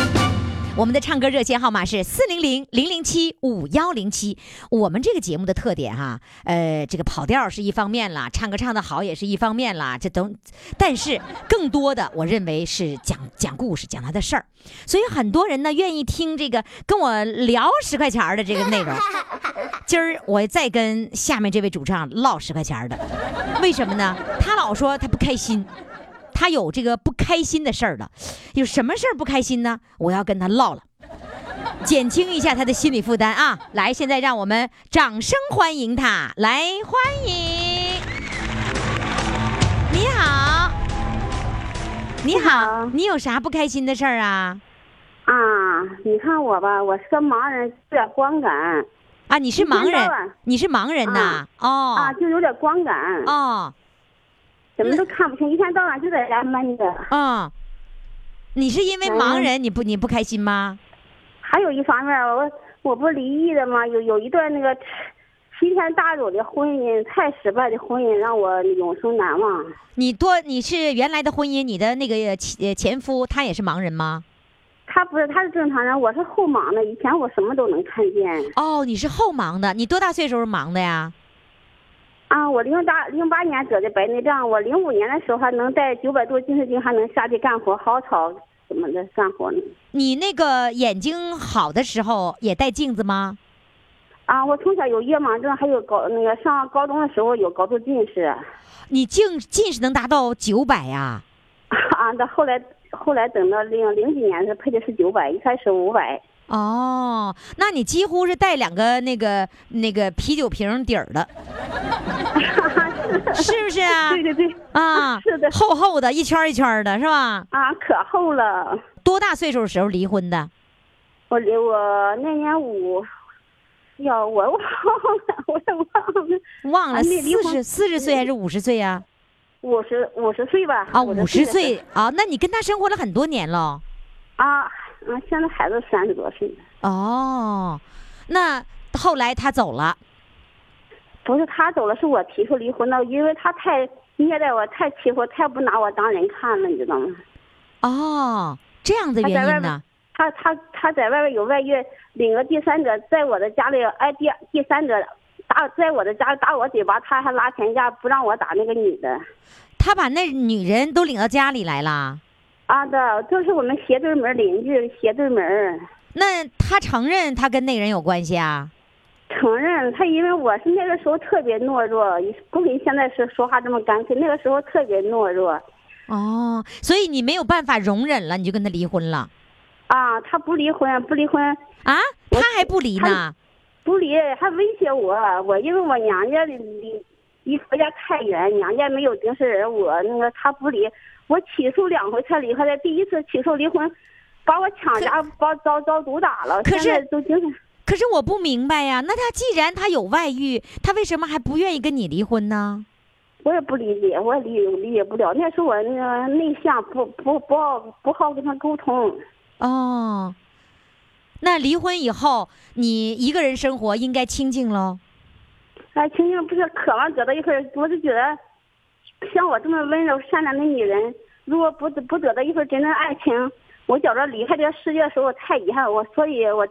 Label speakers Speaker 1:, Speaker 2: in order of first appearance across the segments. Speaker 1: 我们的唱歌热线号码是四零零零零七五幺零七。我们这个节目的特点哈、呃，这个跑调是一方面啦，唱歌唱得好也是一方面啦，这都，但是更多的我认为是讲讲故事，讲他的事儿。所以很多人呢愿意听这个跟我聊十块钱儿的这个内容。今儿我再跟下面这位主唱唠十块钱儿的，为什么呢？他老说他不开心。他有这个不开心的事儿了，有什么事儿不开心呢？我要跟他唠了，减轻一下他的心理负担啊！来，现在让我们掌声欢迎他，来欢迎。你好，啊你好，你有啥不开心的事儿啊？
Speaker 2: 啊，你看我吧，我是个盲人，有点光感
Speaker 1: 啊，你是盲
Speaker 2: 你知
Speaker 1: 人
Speaker 2: 道啊，
Speaker 1: 你是盲人呐？
Speaker 2: 啊，
Speaker 1: 哦
Speaker 2: 就有点光感，
Speaker 1: 哦
Speaker 2: 什么都看不清，一天到晚就在家闷着。
Speaker 1: 哦，你是因为盲
Speaker 2: 嗯
Speaker 1: 人你不你不开心吗？
Speaker 2: 还有一方面，我我不离异的吗？有有一段那个齐天大辱的婚姻，太失败的婚姻，让我永生难忘。
Speaker 1: 你多你是原来的婚姻，你的那个前呃前夫他也是盲人吗？
Speaker 2: 他不是他是正常人，我是后盲的，以前我什么都能看见。
Speaker 1: 哦，你是后盲的，你多大岁数盲的呀？
Speaker 2: 啊，我零八零八年得的白内障，我零五年的时候还能带九百多斤的斤，还能下地干活，好草什么的干活呢。
Speaker 1: 你那个眼睛好的时候也戴镜子吗？
Speaker 2: 啊，我从小有夜盲症，还有高那个上高中的时候有高度近视，
Speaker 1: 你近近视能达到九百呀？
Speaker 2: 啊，到后来后来等到零零几年是配的是九百，一开始五百，
Speaker 1: 哦，那你几乎是带两个那个那个啤酒瓶底儿 的，是不是啊？
Speaker 2: 对对对，
Speaker 1: 啊，
Speaker 2: 是的
Speaker 1: 厚厚的一圈儿一圈儿的，是吧？
Speaker 2: 啊，可厚了。
Speaker 1: 多大岁数时候离婚的？
Speaker 2: 我离我那年五，呀，我忘了，我也忘了，
Speaker 1: 忘了
Speaker 2: 啊那离
Speaker 1: 四
Speaker 2: 婚
Speaker 1: 十四十岁还是五十岁呀、
Speaker 2: 五十五十岁吧。
Speaker 1: 啊，五十
Speaker 2: 嗯的
Speaker 1: 岁啊，那你跟他生活了很多年了。
Speaker 2: 啊啊！现在孩子三十多岁了，
Speaker 1: 哦，那后来他走了，
Speaker 2: 不是他走了，是我提出离婚的，因为他太虐待我，太欺负我，太不拿我当人看了，你知道吗？
Speaker 1: 哦，这样的
Speaker 2: 他在
Speaker 1: 原
Speaker 2: 外面
Speaker 1: 因呢？
Speaker 2: 他他他在外面有外遇，领个第三者在我的家里，哎，第第三者打在我的家里打我嘴巴，他还拉钱架不让我打那个女的。
Speaker 1: 他把那女人都领到家里来了，
Speaker 2: 啊的，就是我们斜对门邻居，斜对门
Speaker 1: 那他承认他跟那人有关系啊？
Speaker 2: 承认他，因为我是那个时候特别懦弱，不跟现在是说话这么干脆，那个时候特别懦弱。
Speaker 1: 哦，所以你没有办法容忍了，你就跟他离婚了
Speaker 2: 啊，他不离婚，不离婚，
Speaker 1: 啊？
Speaker 2: 我
Speaker 1: 他还不离
Speaker 2: 他
Speaker 1: 呢？
Speaker 2: 不离还威胁我，我因为我娘家离离离婆家太远，娘家没有当事人，我那个他不离，我起诉两回才离开的，第一次起诉离婚，把我抢家把遭遭毒打了，
Speaker 1: 可是
Speaker 2: 现在都精神
Speaker 1: 可是我不明白呀，那他既然他有外遇，他为什么还不愿意跟你离婚呢？
Speaker 2: 我也不理解，我也理理解不了，那时候我那个内向，不不不好不好跟他沟通，
Speaker 1: 哦，那离婚以后，你一个人生活应该清静喽。
Speaker 2: 哎，青青不是渴望得到一份，我就觉得，像我这么温柔善良的女人，如果不不得到一份真正的爱情，我觉着离开这个世界的时候我太遗憾，我所以我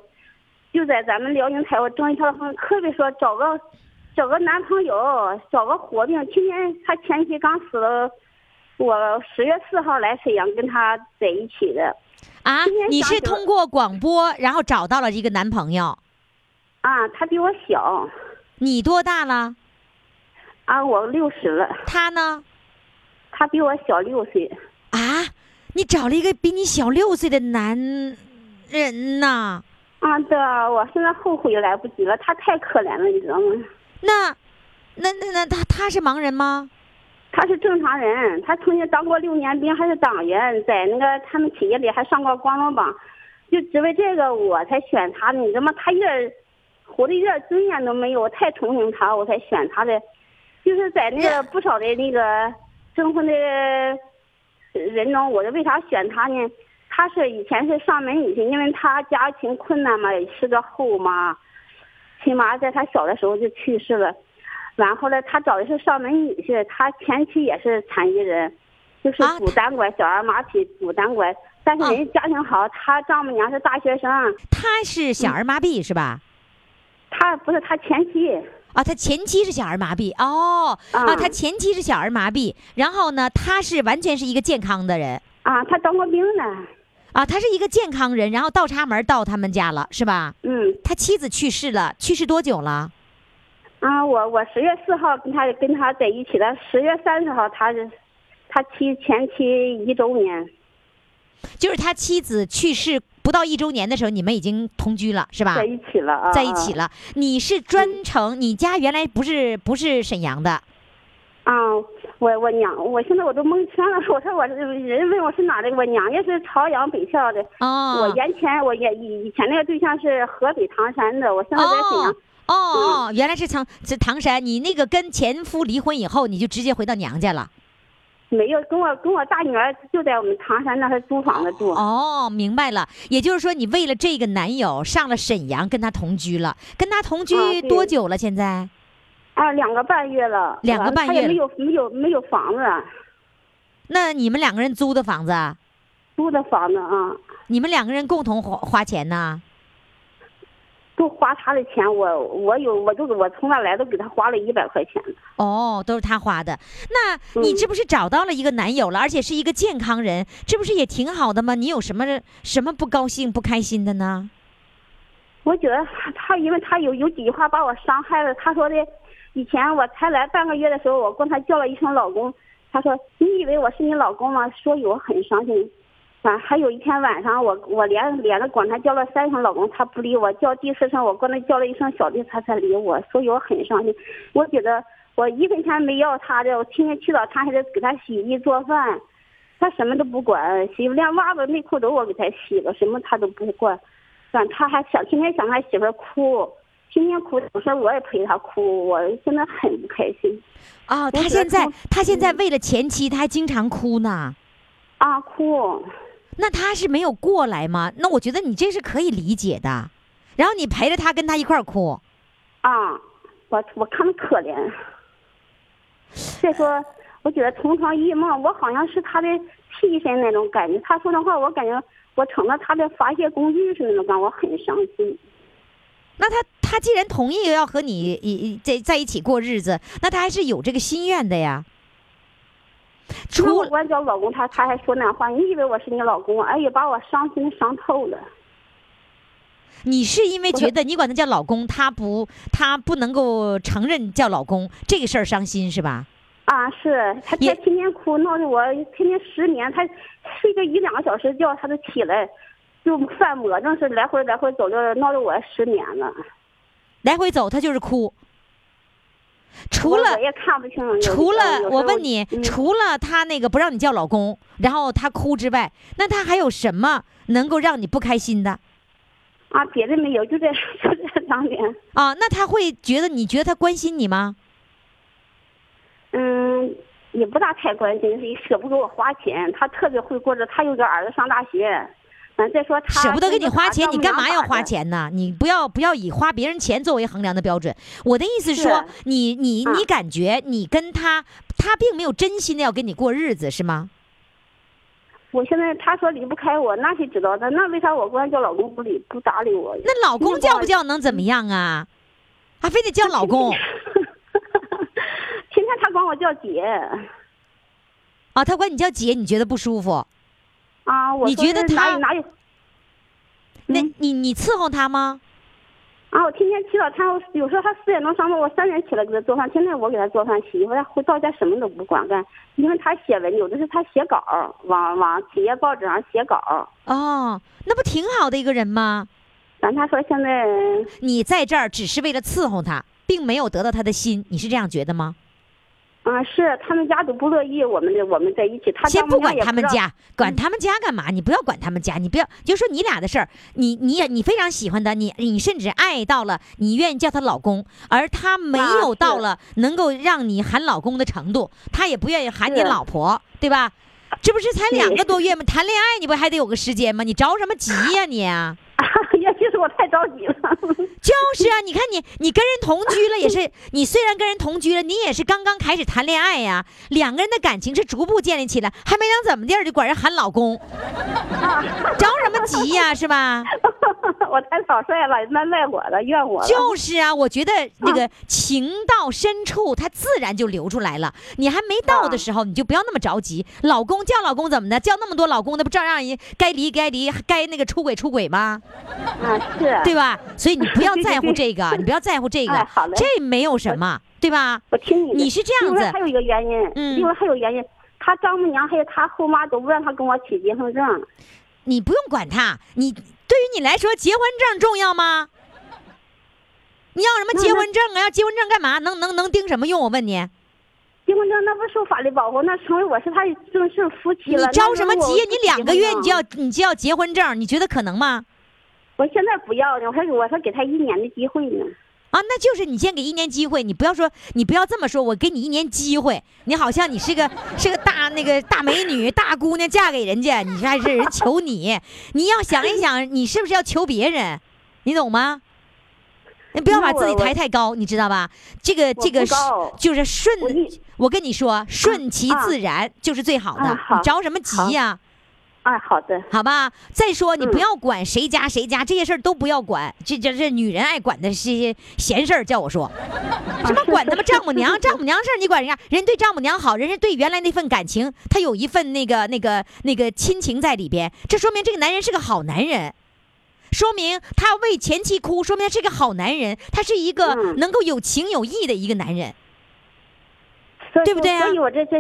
Speaker 2: 就在咱们辽宁台，我中一跳风特别说找个找个男朋友，找个活命。天天他前妻刚死了，我十月四号来沈阳跟他在一起的
Speaker 1: 啊
Speaker 2: 今天，
Speaker 1: 你
Speaker 2: 想
Speaker 1: 是
Speaker 2: 起来
Speaker 1: 通过广播，然后找到了一个男朋友，
Speaker 2: 啊，他比我小
Speaker 1: 你多大了？
Speaker 2: 啊，我六十了，
Speaker 1: 他呢？
Speaker 2: 他比我小六岁。
Speaker 1: 啊，你找了一个比你小六岁的男人呐？
Speaker 2: 啊，对啊，我现在后悔也来不及了，他太可怜了，你知道吗？
Speaker 1: 那，那那那他他是盲人吗？
Speaker 2: 他是正常人，他曾经当过六年兵，还是党员，在那个他们企业里还上过光荣榜，就只为这个我才选他的。你他妈他一点活的一点尊严都没有，我太同情他，我才选他的。就是在那个不少的那个征婚的人中，我就为啥选他呢？他是以前是上门女婿，因为他家庭困难嘛，也是个后妈，亲妈在他小的时候就去世了。然后呢，他找的是上门女婿，他前妻也是残疾人，就是
Speaker 1: 啊
Speaker 2: 骨单拐、小儿麻痹、骨单拐。但是人家家庭好，他丈母娘是大学生，
Speaker 1: 他是小儿麻痹是吧？
Speaker 2: 嗯他不是他前妻，
Speaker 1: 啊，他前妻是小儿麻痹哦，啊，
Speaker 2: 嗯
Speaker 1: 他前妻是小儿麻痹，然后呢，他是完全是一个健康的人
Speaker 2: 啊，他当过兵呢，
Speaker 1: 啊，他是一个健康人，然后倒插门到他们家了是吧？
Speaker 2: 嗯，
Speaker 1: 他妻子去世了，去世多久了？
Speaker 2: 啊，我我十月四号跟他跟他在一起的，十月三十号他是他妻前妻一周年，
Speaker 1: 就是他妻子去世不到一周年的时候，你们已经同居了是吧？
Speaker 2: 在一起了啊，嗯
Speaker 1: 在一起
Speaker 2: 了
Speaker 1: 了。你是专程，你家原来不是不是沈阳的
Speaker 2: 啊，我我娘，我现在我都蒙圈了，我说我是人问我是哪的，我娘家是朝阳北校的，
Speaker 1: 哦。
Speaker 2: 我原前我也以以前那个对象是河北唐山的，我现在在沈阳
Speaker 1: 哦。哦哦，原来是唐是唐山，你那个跟前夫离婚以后，你就直接回到娘家了。
Speaker 2: 没有，跟我跟我大女儿就在我们唐山那还租房子住。
Speaker 1: 哦，明白了，也就是说你为了这个男友上了沈阳，跟他同居了，跟他同
Speaker 2: 啊
Speaker 1: 居
Speaker 2: 对
Speaker 1: 多久了？现在
Speaker 2: 啊，两个半月了，
Speaker 1: 两个
Speaker 2: 完了
Speaker 1: 半
Speaker 2: 他
Speaker 1: 月
Speaker 2: 也没有没有没有房子，
Speaker 1: 那你们两个人租的房子啊，
Speaker 2: 租的房子啊，
Speaker 1: 你们两个人共同花花钱呢？
Speaker 2: 都花他的钱，我我有我就我从那来都给他花了一百块钱。
Speaker 1: 哦，都是他花的。那你
Speaker 2: 嗯
Speaker 1: 这不是找到了一个男友了，而且是一个健康人，这不是也挺好的吗？你有什么什么不高兴、不开心的呢？
Speaker 2: 我觉得他，因为他有有几句话把我伤害了。他说的，以前我才来半个月的时候，我管他叫了一声老公，他说你以为我是你老公吗？说有我很伤心。啊，还有一天晚上我，我连连着管他叫了三声老公，他不理我，叫第四声我管他叫了一声小弟，他才理我，所以我很伤心。我觉得我一分钱没要他的，我天天起早贪黑的给他洗衣做饭，他什么都不管，洗连袜子内裤都我给他洗了，什么他都不管。反正他还想天天想他媳妇儿哭，天天哭，有时候我也陪他哭，我现在很不开心
Speaker 1: 啊、
Speaker 2: 觉
Speaker 1: 他
Speaker 2: 得
Speaker 1: 现在
Speaker 2: 他嗯
Speaker 1: 他现在为了前妻，他还经常哭呢。
Speaker 2: 啊，哭。
Speaker 1: 那他是没有过来吗？那我觉得你这是可以理解的。然后你陪着他，跟他一块儿哭。
Speaker 2: 啊，我我看他可怜。再说，我觉得同床异梦，我好像是他的替身那种感觉。他说的话，我感觉我成了他的发泄工具是那种感觉，我很伤心。
Speaker 1: 那他他既然同意要和你一一在在一起过日子，那他还是有这个心愿的呀。除
Speaker 2: 那我管叫老公他，他还说那话，你以为我是你老公？哎呀，把我伤心的伤透了。
Speaker 1: 你是因为
Speaker 2: 我就
Speaker 1: 觉得你管他叫老公，他不他不能够承认叫老公这个事儿伤心是吧？
Speaker 2: 啊，是他
Speaker 1: 也
Speaker 2: 天天天哭，闹得我天天失眠。他睡个一两个小时觉，他就起来，就犯魔怔似的，来回来回走溜，闹得我失眠了。
Speaker 1: 来回走他就是哭。除
Speaker 2: 我
Speaker 1: 了
Speaker 2: 我也看不清。有有
Speaker 1: 除
Speaker 2: 时候
Speaker 1: 了我问你，
Speaker 2: 嗯
Speaker 1: 除了他那个不让你叫老公，然后他哭之外，那他还有什么能够让你不开心的
Speaker 2: 啊，别的没有，就这 就这两点。
Speaker 1: 啊？那他会觉得你觉得他关心你吗？
Speaker 2: 嗯，也不大太关心，是舍不得给我花钱。他特别会过着，他有个儿子上大学，嗯，再说他
Speaker 1: 舍不得给
Speaker 2: 工
Speaker 1: 你
Speaker 2: 资
Speaker 1: 花
Speaker 2: 卡
Speaker 1: 钱，
Speaker 2: 丈
Speaker 1: 你
Speaker 2: 母
Speaker 1: 干
Speaker 2: 娘
Speaker 1: 嘛要
Speaker 2: 打
Speaker 1: 花
Speaker 2: 的？
Speaker 1: 钱呢？你不要不要以花别人钱作为衡量的标准。我的意思是说
Speaker 2: 是，
Speaker 1: 你你
Speaker 2: 啊
Speaker 1: 你感觉你跟他，他并没有真心的要跟你过日子，是吗？
Speaker 2: 我现在他说离不开我，那谁知道呢？那为啥我管叫老公不理不搭理我呀？
Speaker 1: 那老公叫不叫能怎么样啊？还非得叫老公
Speaker 2: 天天他管我叫姐
Speaker 1: 啊？他管你叫姐，你觉得不舒服？
Speaker 2: 啊，我
Speaker 1: 你
Speaker 2: 说
Speaker 1: 觉得
Speaker 2: 是哪
Speaker 1: 他
Speaker 2: 有哪有
Speaker 1: 那
Speaker 2: 嗯
Speaker 1: 你你伺候他吗？
Speaker 2: 啊？我天天起早贪，我有时候他四点钟上班，我三点起来给他做饭，天天我给他做饭、洗衣服，他回到家什么都不管干，因为他写文，有的是他写稿，往往企业报纸上写稿。
Speaker 1: 哦，那不挺好的一个人吗？
Speaker 2: 咱他说现在
Speaker 1: 你在这儿只是为了伺候他，并没有得到他的心，你是这样觉得吗？
Speaker 2: 啊，是他们家都不乐意我们这我们在一起，他
Speaker 1: 先
Speaker 2: 丈母
Speaker 1: 不
Speaker 2: 娘
Speaker 1: 管
Speaker 2: 也
Speaker 1: 他们
Speaker 2: 知道嗯
Speaker 1: 家，管他们家干嘛？你不要管他们家，你不要就说你俩的事儿。你你也你非常喜欢他，你你甚至爱到了你愿意叫他老公，而他没
Speaker 2: 啊
Speaker 1: 有到
Speaker 2: 是
Speaker 1: 了能够让你喊老公的程度，他也不愿意喊你
Speaker 2: 是
Speaker 1: 老婆，对吧？这不是才
Speaker 2: 对
Speaker 1: 两个多月吗？谈恋爱你不还得有个时间吗？你着什么急呀、你啊？
Speaker 2: 也许是我太着急了。
Speaker 1: 就是啊，你看你，你跟人同居了 也是，你虽然跟人同居了，你也是刚刚开始谈恋爱呀、两个人的感情是逐步建立起来，还没当怎么地儿就管人喊老公，着什么急呀、是吧？
Speaker 2: 我太草率了，难赖我了，怨我了。
Speaker 1: 就是啊，我觉得那个情到深处，它自然就流出来了。你还没到
Speaker 2: 啊
Speaker 1: 的时候，你就不要那么着急。老公叫老公怎么的？叫那么多老公，那不照样人该离该离，该那个出轨出轨吗？
Speaker 2: 啊，是
Speaker 1: 对吧？所以你不要在乎 这个，你不要在乎这个
Speaker 2: 哎好嘞，
Speaker 1: 这没有什么，对吧？
Speaker 2: 我听你的。
Speaker 1: 你是这
Speaker 2: 另
Speaker 1: 样
Speaker 2: 外还，
Speaker 1: 子
Speaker 2: 有一个原因，
Speaker 1: 嗯
Speaker 2: 另外还有原因，他丈母娘还有他后妈都不让他跟我取结婚证。
Speaker 1: 你不用管他。你对于你来说，结婚证重要吗？你要什么结婚证啊？要结婚证干嘛？能能能盯什么用？我问你，
Speaker 2: 结婚证那不受法律保护，那成为我是他正式夫妻
Speaker 1: 你
Speaker 2: 了。
Speaker 1: 着什么
Speaker 2: 那如果
Speaker 1: 急
Speaker 2: 我
Speaker 1: 呀？你两个月你就要
Speaker 2: 不取结婚证啊
Speaker 1: 你就要结婚证，你觉得可能吗？
Speaker 2: 我现在不要呢，我还我还给他一年的机会呢。
Speaker 1: 啊，那就是你先给一年机会，你不要说，你不要这么说，我给你一年机会，你好像你是个是个大那个大美女、大姑娘嫁给人家，你说还是人求你，你要想一想，你是不是要求别人，你懂吗？你不要把
Speaker 2: 那
Speaker 1: 自己
Speaker 2: 我
Speaker 1: 抬太高，你知道吧？这个
Speaker 2: 我
Speaker 1: 这个
Speaker 2: 不
Speaker 1: 是
Speaker 2: 高
Speaker 1: 就是顺
Speaker 2: 我一，
Speaker 1: 我跟你说，顺其
Speaker 2: 啊
Speaker 1: 自然就是最好的，
Speaker 2: 啊好
Speaker 1: 你着什么急
Speaker 2: 好
Speaker 1: 呀、
Speaker 2: 哎，好的，
Speaker 1: 好吧？再说你
Speaker 2: 嗯
Speaker 1: 不要管谁家谁家这些事儿都不要管，这这这女人爱管的这些闲事儿，叫 我说，什么管他妈丈母娘丈母娘事儿你管人家，人对丈母娘好，人家对原来那份感情，他有一份那个那个那个亲情在里边，这说明这个男人是个好男人。说明他为前妻哭，说明他是个好男人，他是一个
Speaker 2: 嗯
Speaker 1: 能够有情有义的一个男人。
Speaker 2: 所以
Speaker 1: 对不对啊
Speaker 2: 所以我这这，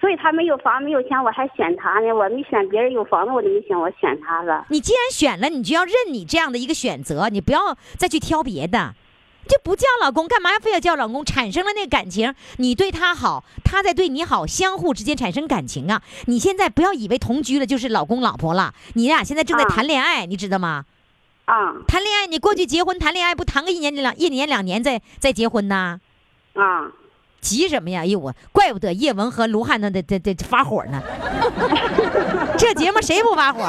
Speaker 2: 所以他没有房没有钱，我还选他呢。我没选别人有房子，我就没选，我选他了。
Speaker 1: 你既然选了，你就要认你这样的一个选择，你不要再去挑别的。就不叫老公，干嘛非要叫老公？产生了那个感情，你对他好，他在对你好，相互之间产生感情啊！你现在不要以为同居了就是老公老婆了，你俩现在正在
Speaker 2: 啊
Speaker 1: 谈恋爱，你知道吗？
Speaker 2: 啊
Speaker 1: 谈恋爱，你过去结婚谈恋爱不谈个一年两一年两年再再结婚呐？
Speaker 2: 啊，
Speaker 1: 急什么呀？哎呦我，怪不得叶文和卢汉那得得得发火呢。这节目谁不发火？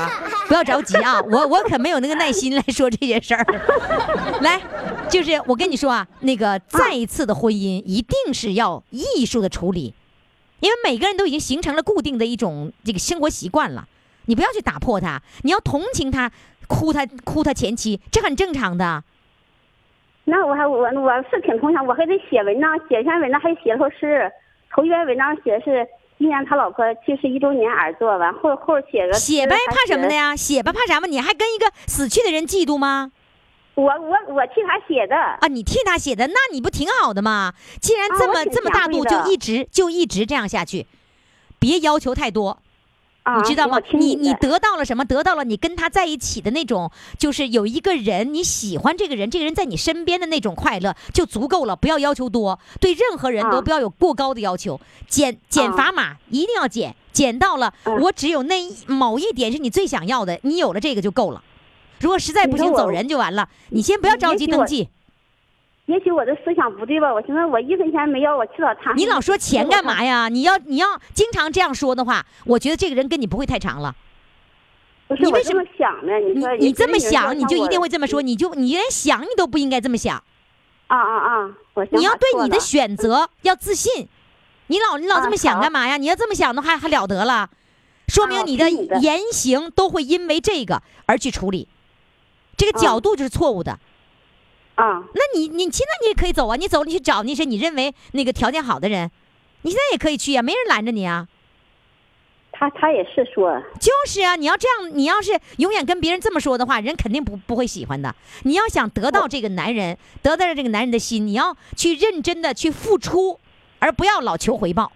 Speaker 1: 不要着急啊，我我可没有那个耐心来说这些事儿。来，就是我跟你说啊，那个再一次的婚姻一定是要艺术的处理，因为每个人都已经形成了固定的一种这个生活习惯了，你不要去打破它，你要同情他，哭他哭他前妻，这很正常的。
Speaker 2: 那我还我我是挺同情，我还得写文章，写一篇文章还写了首诗。头一篇文章写的是纪念他老婆去世一周年而作，完后后写个
Speaker 1: 写
Speaker 2: 诗
Speaker 1: 呗，
Speaker 2: 还
Speaker 1: 怕什么的
Speaker 2: 写？
Speaker 1: 呀？写吧，怕什么？你还跟一个死去的人嫉妒吗？
Speaker 2: 我我我替他写的，
Speaker 1: 啊，你替他写的，那你不挺好的吗？既然这
Speaker 2: 啊
Speaker 1: 么、
Speaker 2: 我挺
Speaker 1: 这么大
Speaker 2: 惭愧
Speaker 1: 度，
Speaker 2: 的
Speaker 1: 就一直就一直这样下去，别要求太多，
Speaker 2: 啊、
Speaker 1: 你知道吗
Speaker 2: 我？听你
Speaker 1: 你你
Speaker 2: 的
Speaker 1: 得到了什么？得到了你跟他在一起的那种，就是有一个人你喜欢这个人，这个人在你身边的那种快乐就足够了，不要要求多，对任何人都
Speaker 2: 啊
Speaker 1: 不要有过高的要求。减减
Speaker 2: 啊
Speaker 1: 砝码一定要减，减到了
Speaker 2: 嗯
Speaker 1: 我只有那一某一点是你最想要的，你有了这个就够了。如果实在
Speaker 2: 你
Speaker 1: 不
Speaker 2: 说
Speaker 1: 行走
Speaker 2: 我
Speaker 1: 人就完了，你先不要着
Speaker 2: 也
Speaker 1: 急
Speaker 2: 许
Speaker 1: 登
Speaker 2: 我
Speaker 1: 记。
Speaker 2: 也许我的思想不对吧？我寻思我一分钱没要，我去找他。
Speaker 1: 你老说钱干嘛呀？你要你要经常这样说的话，我觉得这个人跟你不会太长了。
Speaker 2: 不是
Speaker 1: 你
Speaker 2: 我
Speaker 1: 为什
Speaker 2: 这么想的，你
Speaker 1: 你
Speaker 2: 说
Speaker 1: 你
Speaker 2: 也
Speaker 1: 这
Speaker 2: 许
Speaker 1: 么
Speaker 2: 有人要
Speaker 1: 想，你就
Speaker 2: 像
Speaker 1: 一定
Speaker 2: 我嗯
Speaker 1: 会这么说，你就你连想你都不应该这么想。
Speaker 2: 啊啊啊！我想
Speaker 1: 你要
Speaker 2: 法
Speaker 1: 对
Speaker 2: 错
Speaker 1: 你的
Speaker 2: 了嗯
Speaker 1: 选择要自信。你老你老这
Speaker 2: 啊
Speaker 1: 么想
Speaker 2: 好
Speaker 1: 干嘛呀？你要这么想的话还了得了？说明
Speaker 3: 啊
Speaker 1: 你的
Speaker 3: 听你的
Speaker 1: 言行都会因为这个而去处理，这个角度就是错误的。
Speaker 3: 啊，
Speaker 1: 那你你现在你也可以走啊，你走你去找那些你认为那个条件好的人，你现在也可以去呀、没人拦着你啊。
Speaker 3: 他他也是说，
Speaker 1: 就是啊，你要这样，你要是永远跟别人这么说的话，人肯定不不会喜欢的。你要想得到这个男人，得到这个男人的心，你要去认真的去付出，而不要老求回报。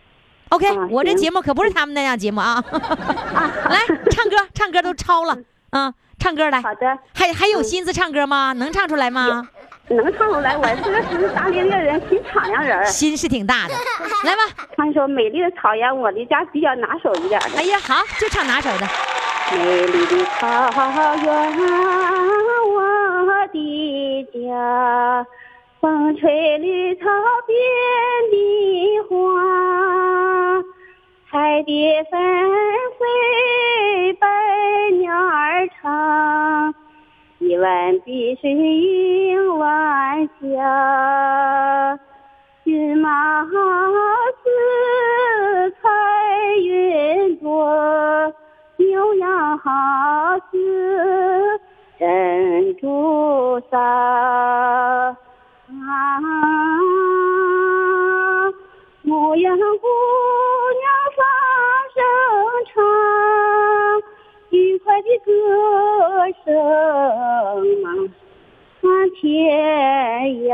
Speaker 1: OK，、
Speaker 3: 啊
Speaker 1: 我这
Speaker 3: 行
Speaker 1: 节目可不是他们那样节目啊！来唱歌，唱歌都超了啊！唱歌来，
Speaker 3: 嗯好的，
Speaker 1: 还还有心思唱歌吗？能唱出来吗？
Speaker 3: 嗯能唱出来。我这个是大连的人，心敞亮人儿。
Speaker 1: 心是挺大的，来吧！
Speaker 3: 唱一首《美丽的草原》，我离家比较拿手一点的。
Speaker 1: 哎呀，好，就唱拿手的。
Speaker 3: 美丽的草原，我的家，风吹绿草遍地花，彩蝶纷飞，百鸟儿唱，一湾碧水映晚霞。骏马似彩云朵，牛羊似珍珠撒。啊，牧羊姑娘放声唱，愉快的歌声往天涯。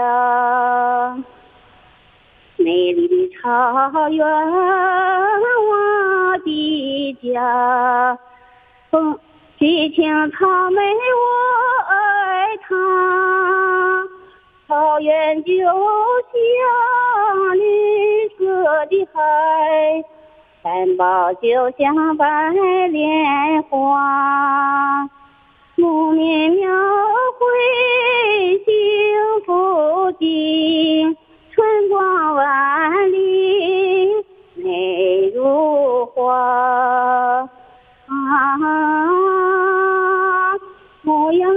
Speaker 3: 美丽的草原，我的家，风激情草莓我爱它，草原就像绿色的海，山宝就像白莲花。牧民描绘幸福景，春光万里美如画。啊，牧羊姑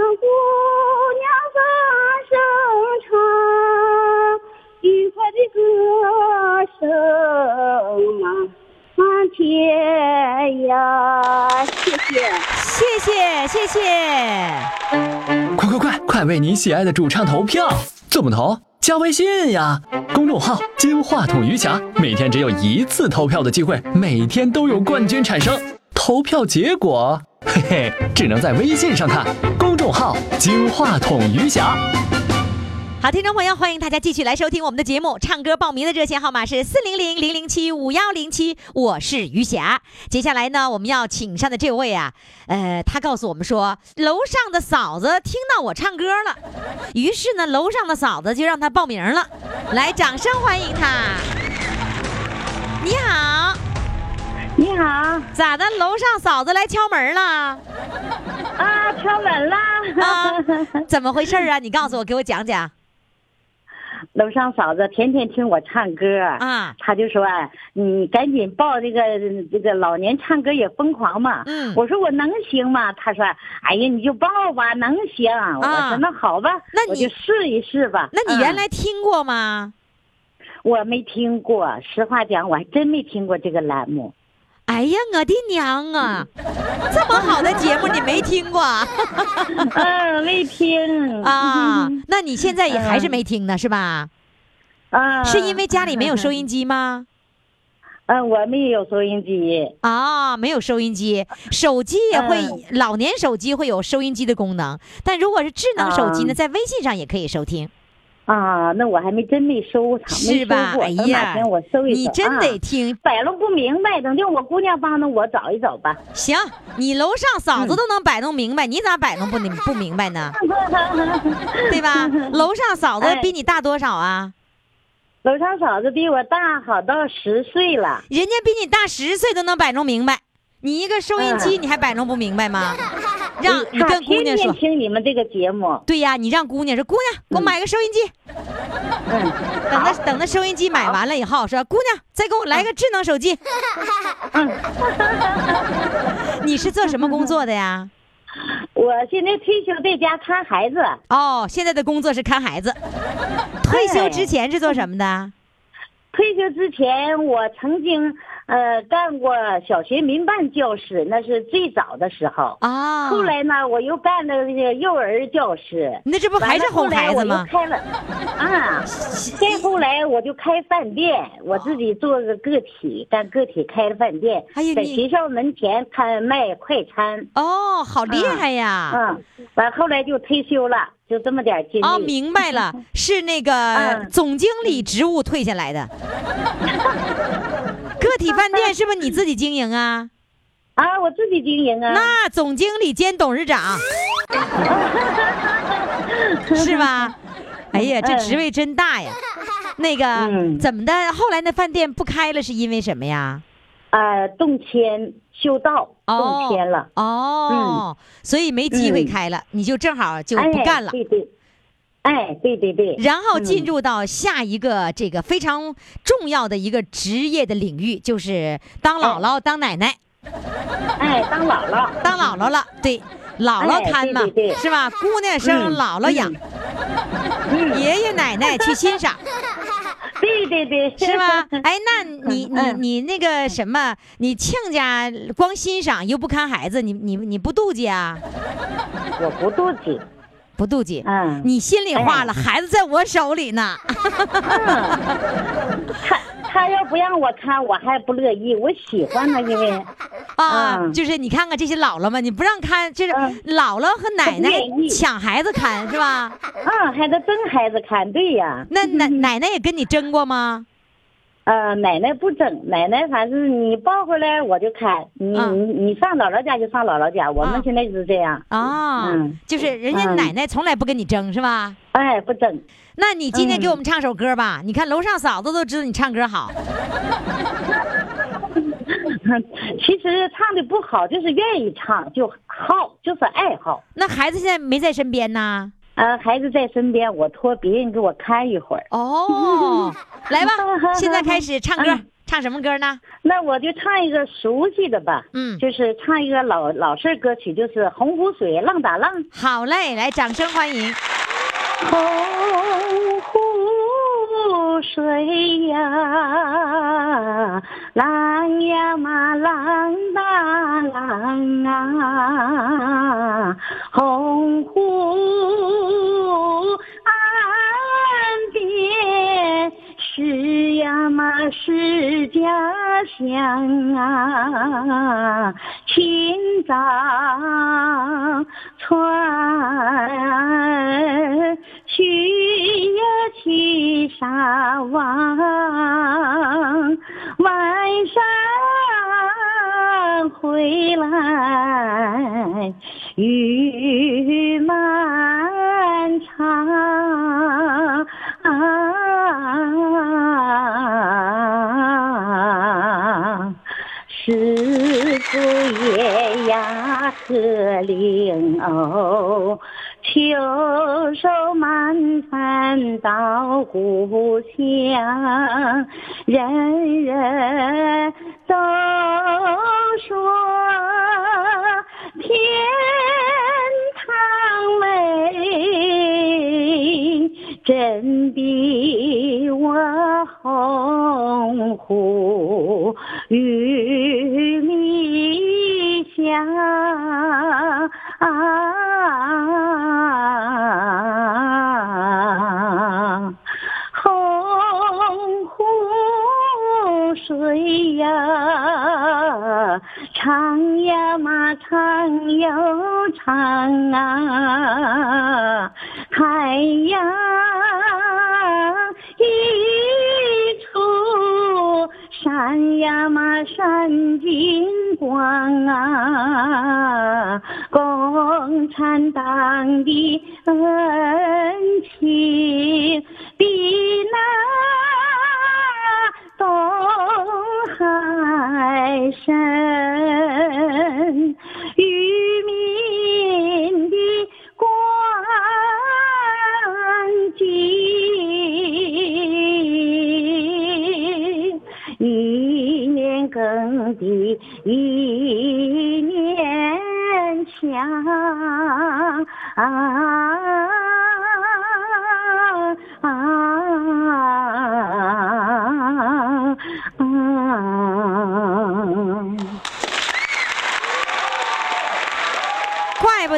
Speaker 3: 娘放声唱，愉快的歌声满天涯。谢谢。
Speaker 1: 谢谢，谢谢。
Speaker 4: 快快快，快为你喜爱的主唱投票！怎么投？加微信呀，公众号“金话筒余霞”，每天只有一次投票的机会，每天都有冠军产生。投票结果，嘿嘿，只能在微信上看。公众号“金话筒余霞”。
Speaker 1: 好，听众朋友，欢迎大家继续来收听我们的节目。唱歌报名的热线号码是四零零零零七五幺零七，我是于霞。接下来呢，我们要请上的这位啊，呃，他告诉我们说，楼上的嫂子听到我唱歌了，于是呢，楼上的嫂子就让他报名了。来，掌声欢迎他。你好，
Speaker 3: 你好
Speaker 1: 咋的？楼上嫂子来敲门了
Speaker 3: 啊，敲门啦！
Speaker 1: 啊？怎么回事啊？你告诉我，给我讲讲
Speaker 3: 楼上嫂子天天听我唱歌，
Speaker 1: 啊。
Speaker 3: 她就说：“嗯你赶紧报这个这个老年唱歌也疯狂嘛。”
Speaker 1: 嗯
Speaker 3: 我说我能行吗？她说：“哎呀，你就报吧，能行。我说：“那好吧，
Speaker 1: 啊那你
Speaker 3: 我就试一试吧。”
Speaker 1: 那你原
Speaker 3: 嗯、
Speaker 1: 来听过吗？
Speaker 3: 我没听过，实话讲，我还真没听过这个栏目。
Speaker 1: 哎呀，我的娘啊！这么好的节目你没听过啊？
Speaker 3: 嗯，没听
Speaker 1: 啊那你现在也还是没听呢，是吧？
Speaker 3: 啊，
Speaker 1: 是因为家里没有收音机吗？
Speaker 3: 嗯，我们也有收音机。嗯
Speaker 1: 啊，没有收音机，手机也会，老年手机会有收音机的功能，但如果是智能手机呢，
Speaker 3: 嗯
Speaker 1: 在微信上也可以收听，
Speaker 3: 啊，那我还没真没收藏，没
Speaker 1: 是吧
Speaker 3: 收？过
Speaker 1: 哎
Speaker 3: 等哪
Speaker 1: 呀
Speaker 3: 天我，收一收。
Speaker 1: 你真得
Speaker 3: 啊
Speaker 1: 听，
Speaker 3: 摆弄不明白，等就我姑娘帮着我找一找吧。
Speaker 1: 行，你楼上嫂子都能摆弄明白，你咋摆弄不明不明白 呢？对吧？楼上嫂子
Speaker 3: 哎
Speaker 1: 比你大多少啊？
Speaker 3: 楼上嫂子比我大好到十岁了，
Speaker 1: 人家比你大十岁都能摆弄明白，你一个收音机你还摆弄不明白吗？让你
Speaker 3: 她
Speaker 1: 跟姑
Speaker 3: 嗯哎
Speaker 1: 娘
Speaker 3: 天天
Speaker 1: 说，
Speaker 3: 听你们这个节目，嗯
Speaker 1: 对呀，你让姑娘说，姑娘给我买个收音机。等她等她收音机买完了以后，说姑娘再给我来个智能手机。
Speaker 3: 嗯
Speaker 1: 你是做什么工作的呀？
Speaker 3: 我现在退休在家看孩子，
Speaker 1: 哦，现在的工作是看孩子。退休之前是做什么的？
Speaker 3: 退休之前我曾经，嗯、
Speaker 5: 呃，干过小学民办教师，那是最早的时候。
Speaker 1: 啊，
Speaker 5: 后来呢，我又干了那个幼儿教师，
Speaker 1: 那这不还是哄孩子吗？
Speaker 5: 完了后来我又开了，啊，再后来我就开饭店，我自己做个个体，干个体开了饭店，
Speaker 1: 哎呀
Speaker 5: 在
Speaker 1: 你
Speaker 5: 学校门前开卖快餐，
Speaker 1: 哦，好厉害呀！
Speaker 5: 嗯，完后来就退休了，就这么点经历。
Speaker 1: 哦，明 白了，是那个
Speaker 5: 嗯
Speaker 1: 总经理职务退 下来的。个体饭店是不是你自己经营啊？
Speaker 5: 啊，我自己经营啊，
Speaker 1: 那总经理兼董事 长，是吧？哎呀，这
Speaker 5: 嗯
Speaker 1: 职位真 大呀！那个
Speaker 5: 嗯
Speaker 1: 怎么的？后来那饭店不开了，是因为什么呀？
Speaker 5: 呃，动迁修道，
Speaker 1: 哦
Speaker 5: 动迁了，
Speaker 1: 哦，所以没机会
Speaker 5: 嗯
Speaker 1: 开了，你就正好就
Speaker 5: 哎，
Speaker 1: 不干了。
Speaker 5: 对对，哎，对对对，
Speaker 1: 然后
Speaker 5: 嗯
Speaker 1: 进入到下一个这个非常重要的一个职业的领域，就是当姥姥、当奶奶、
Speaker 5: 哎，当姥姥，
Speaker 1: 当姥姥了。对，姥姥
Speaker 5: 哎
Speaker 1: 看嘛，
Speaker 5: 对对对
Speaker 1: 是吧？姑娘生，
Speaker 5: 嗯
Speaker 1: 姥姥养，嗯爷爷奶奶去欣赏，
Speaker 5: 对对对，啊
Speaker 1: 是吧？哎，那你你
Speaker 5: 嗯
Speaker 1: 你那个什么，你亲家光欣赏又不看孩子，你你你不妒忌啊？
Speaker 5: 我不妒忌，
Speaker 1: 不妒忌，
Speaker 5: 嗯
Speaker 1: 你心里话了，孩子在我手里呢。
Speaker 5: 嗯 他他要不让我看，我还不乐意，我喜欢呢，因为
Speaker 1: 啊，
Speaker 5: 嗯
Speaker 1: 就是你看看这些姥姥们，你不让看，就是
Speaker 5: 嗯
Speaker 1: 姥姥和奶
Speaker 5: 她不
Speaker 1: 奶
Speaker 5: 愿意
Speaker 1: 抢孩子看是吧？
Speaker 5: 啊，还得争孩子看，对呀，
Speaker 1: 那 奶奶奶也跟你争过吗？
Speaker 5: 呃，奶奶不整，奶奶反正你抱回来我就看，你、
Speaker 1: 嗯
Speaker 5: 你你上姥姥家就上姥姥家，我
Speaker 1: 啊
Speaker 5: 们现在就是这样，
Speaker 1: 啊，
Speaker 5: 嗯
Speaker 1: 就是人家
Speaker 5: 嗯
Speaker 1: 奶奶从来不跟你争是吧？
Speaker 5: 哎，不嗯整，
Speaker 1: 那你今天给我们唱首歌吧，你看楼上嫂子都知道你唱歌好，
Speaker 5: 其实唱的不好，就是愿意唱，就好，就是爱好。
Speaker 1: 那孩子现在没在身边呢。
Speaker 5: 呃，孩子在身边，我托别人给我看一会儿。
Speaker 1: 哦，来吧，现在开始唱歌
Speaker 5: 嗯，
Speaker 1: 唱什么歌呢？
Speaker 5: 那我就唱一个熟悉的吧，
Speaker 1: 嗯
Speaker 5: 就是唱一个老老式儿歌曲，就是《洪湖水浪打浪》。
Speaker 1: 好嘞，来，掌声欢迎。
Speaker 5: 洪湖水呀，浪呀嘛浪打浪啊，洪湖岸边是呀嘛是家乡啊，寻找船去呀去沙湾，晚上回来雨漫长。是子夜呀，鹤龄偶，秋收满山到故乡，人人都说天堂美，真比我洪湖与你相洪湖水呀，长呀嘛长又长啊，太阳一出，闪呀嘛闪金光啊，共产党的恩情比那东海深，渔民的光景。一年耕地一年强。啊啊啊啊！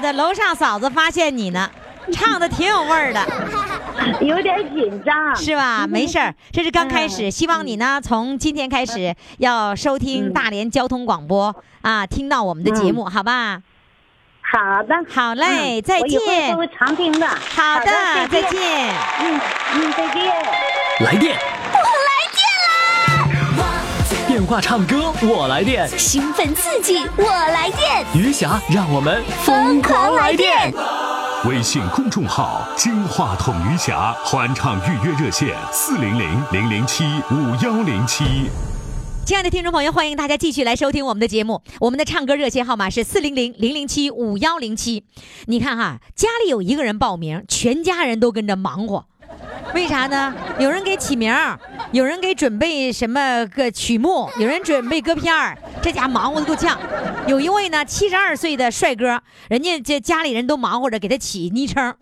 Speaker 1: 的，楼上嫂子发现你呢，唱的挺有味儿的。
Speaker 5: 有点紧张。嗯
Speaker 1: 是 吧？没事儿，这是刚开始。希望你呢，从今天开始要收
Speaker 5: 嗯
Speaker 1: 听大连交通广播啊，听到我们的节目，好吧？
Speaker 5: 好的，
Speaker 1: 好嘞
Speaker 5: 嗯
Speaker 1: 再
Speaker 5: 我以后
Speaker 1: 见
Speaker 5: 都会常听的。
Speaker 1: 好的，再
Speaker 5: 见。
Speaker 1: 见。
Speaker 5: 嗯嗯，再见。
Speaker 4: 来电，我来电啦！电话唱歌，我来电。
Speaker 3: 兴奋刺激，我来电，
Speaker 4: 余霞，让我们
Speaker 3: 疯狂来电！
Speaker 6: 微信公众号“金话筒余霞”欢唱预约热线：四零零零零七五幺零七。
Speaker 1: 亲爱的听众朋友，欢迎大家继续来收听我们的节目。我们的唱歌热线号码是四零零零零七五幺零七。你看哈，家里有一个人报名，全家人都跟着忙活。为啥呢？有人给起名儿，有人给准备什么个曲目，有人准备歌片儿，这家忙活的够呛。有一位呢，七十二岁的帅哥，人家这家里人都忙活着给他起昵称。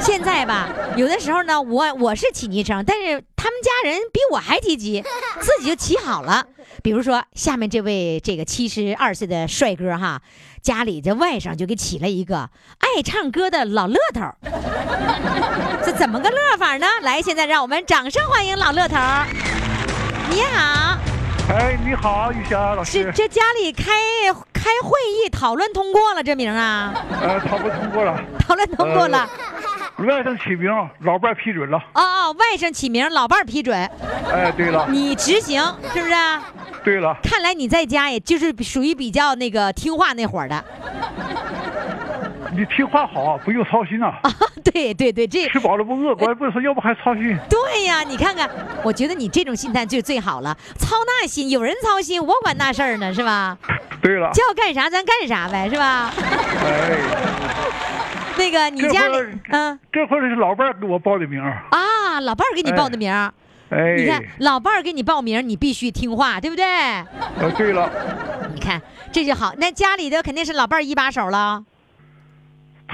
Speaker 1: 现在吧，有的时候呢，我我是起昵称，但是他们家人比我还积极，自己就起好了。比如说下面这位这个七十二岁的帅哥哈，家里这外甥就给起了一个爱唱歌的老乐头儿。这怎么个乐法呢？来，现在让我们掌声欢迎老乐头儿。你好，
Speaker 7: 哎，你好，玉霞老
Speaker 1: 这
Speaker 7: 师。
Speaker 1: 这家里开开会议讨论通过了这名儿啊，
Speaker 7: 呃，他不通过了，呃
Speaker 1: 讨论 通过了。
Speaker 7: 外甥起名，老伴儿批准了。
Speaker 1: 哦哦，外甥起名，老伴儿批准，
Speaker 7: 哎，对了，
Speaker 1: 你执行是不是啊？
Speaker 7: 对了，
Speaker 1: 看来你在家也就是属于比较那个听话那伙儿的。
Speaker 7: 你听话好，不用操心啊，
Speaker 1: 对对对，这
Speaker 7: 吃饱了不饿，关键不是说要不还操心。
Speaker 1: 对呀，你看看，我觉得你这种心态就最好了，操那心，有人操心，我管那事儿呢，是吧？
Speaker 7: 对了，
Speaker 1: 叫干啥咱干啥呗，是吧？
Speaker 7: 哎，
Speaker 1: 那个 你
Speaker 7: 这
Speaker 1: 家
Speaker 7: 会
Speaker 1: 里
Speaker 7: 儿，
Speaker 1: 嗯
Speaker 7: 这会儿是老伴儿给我报的名儿。
Speaker 1: 啊，老伴儿给你报的名儿，你看
Speaker 7: 哎，
Speaker 1: 老伴儿给你报名，你必须听话，对不对？
Speaker 7: 呃，对了，
Speaker 1: 你看这就好，那家里的肯定是老伴儿一把手了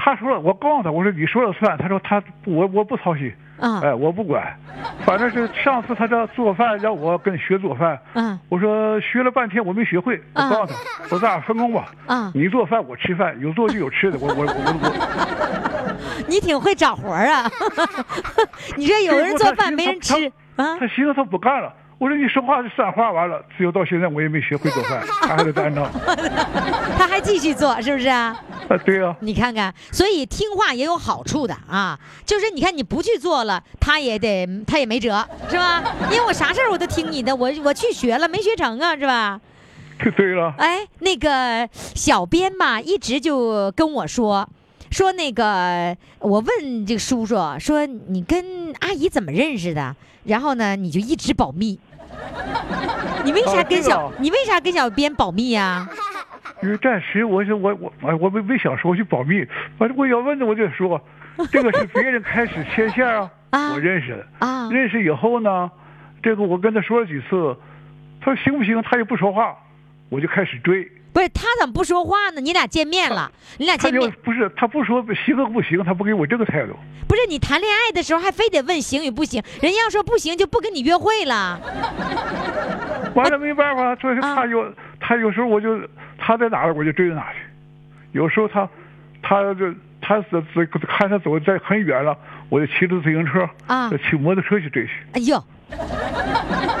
Speaker 7: 他说了，我告诉他，我说你说了算。他说他不我我不操心，
Speaker 1: 啊，
Speaker 7: 哎，我不管，反正是上次他这做饭让我跟学做饭，
Speaker 1: 嗯
Speaker 7: 我说学了半天我没学会，我
Speaker 1: 啊
Speaker 7: 告诉他，我说咱俩分工吧，
Speaker 1: 啊
Speaker 7: 你做饭我吃饭，有做就有吃的，我我我我
Speaker 1: 你挺会找活儿啊， 你这有人做饭没人吃啊
Speaker 7: 我，？他寻思他不干了，我说你说话是散话，完了，只有到现在我也没学会做饭，他还得担当，
Speaker 1: 他还继续做，是不是啊？
Speaker 7: 啊对啊，
Speaker 1: 你看看，所以听话也有好处的啊，就是你看你不去做了，他也得他也没辙，是吧？因为我啥事儿我都听你的，我我去学了没学成啊，是吧？
Speaker 7: 对对了，
Speaker 1: 哎，那个小编嘛，一直就跟我说，说那个我问这个叔叔说你跟阿姨怎么认识的？然后呢，你就一直保密。你为啥
Speaker 7: 哦
Speaker 1: 跟
Speaker 7: 这个
Speaker 1: 小、
Speaker 7: 哦
Speaker 1: 你为啥跟小编保密啊呀、
Speaker 7: 因为暂时我是我我我我没没想说去保密，反正我要问的我就说，这个是别人开始牵线啊，
Speaker 1: 啊
Speaker 7: 我认识的。
Speaker 1: 啊？
Speaker 7: 认识以后呢，这个我跟他说了几次，他说行不行，他也不说话，我就开始追。
Speaker 1: 不是他怎么不说话呢？你俩见面了，你俩
Speaker 7: 他
Speaker 1: 见
Speaker 7: 就
Speaker 1: 面
Speaker 7: 不是他不说行和不行，他不给我这个态度。
Speaker 1: 不是你谈恋爱的时候还非得问行与不行，人家要说不行就不跟你约会了。
Speaker 7: 完了没办法，这
Speaker 1: 啊
Speaker 7: 是他有、他有时候我就他在哪儿我就追到哪儿去，有时候他他就他只只看他走在很远了，我就骑着自行车
Speaker 1: 啊
Speaker 7: 骑摩托车去追去。
Speaker 1: 哎呦，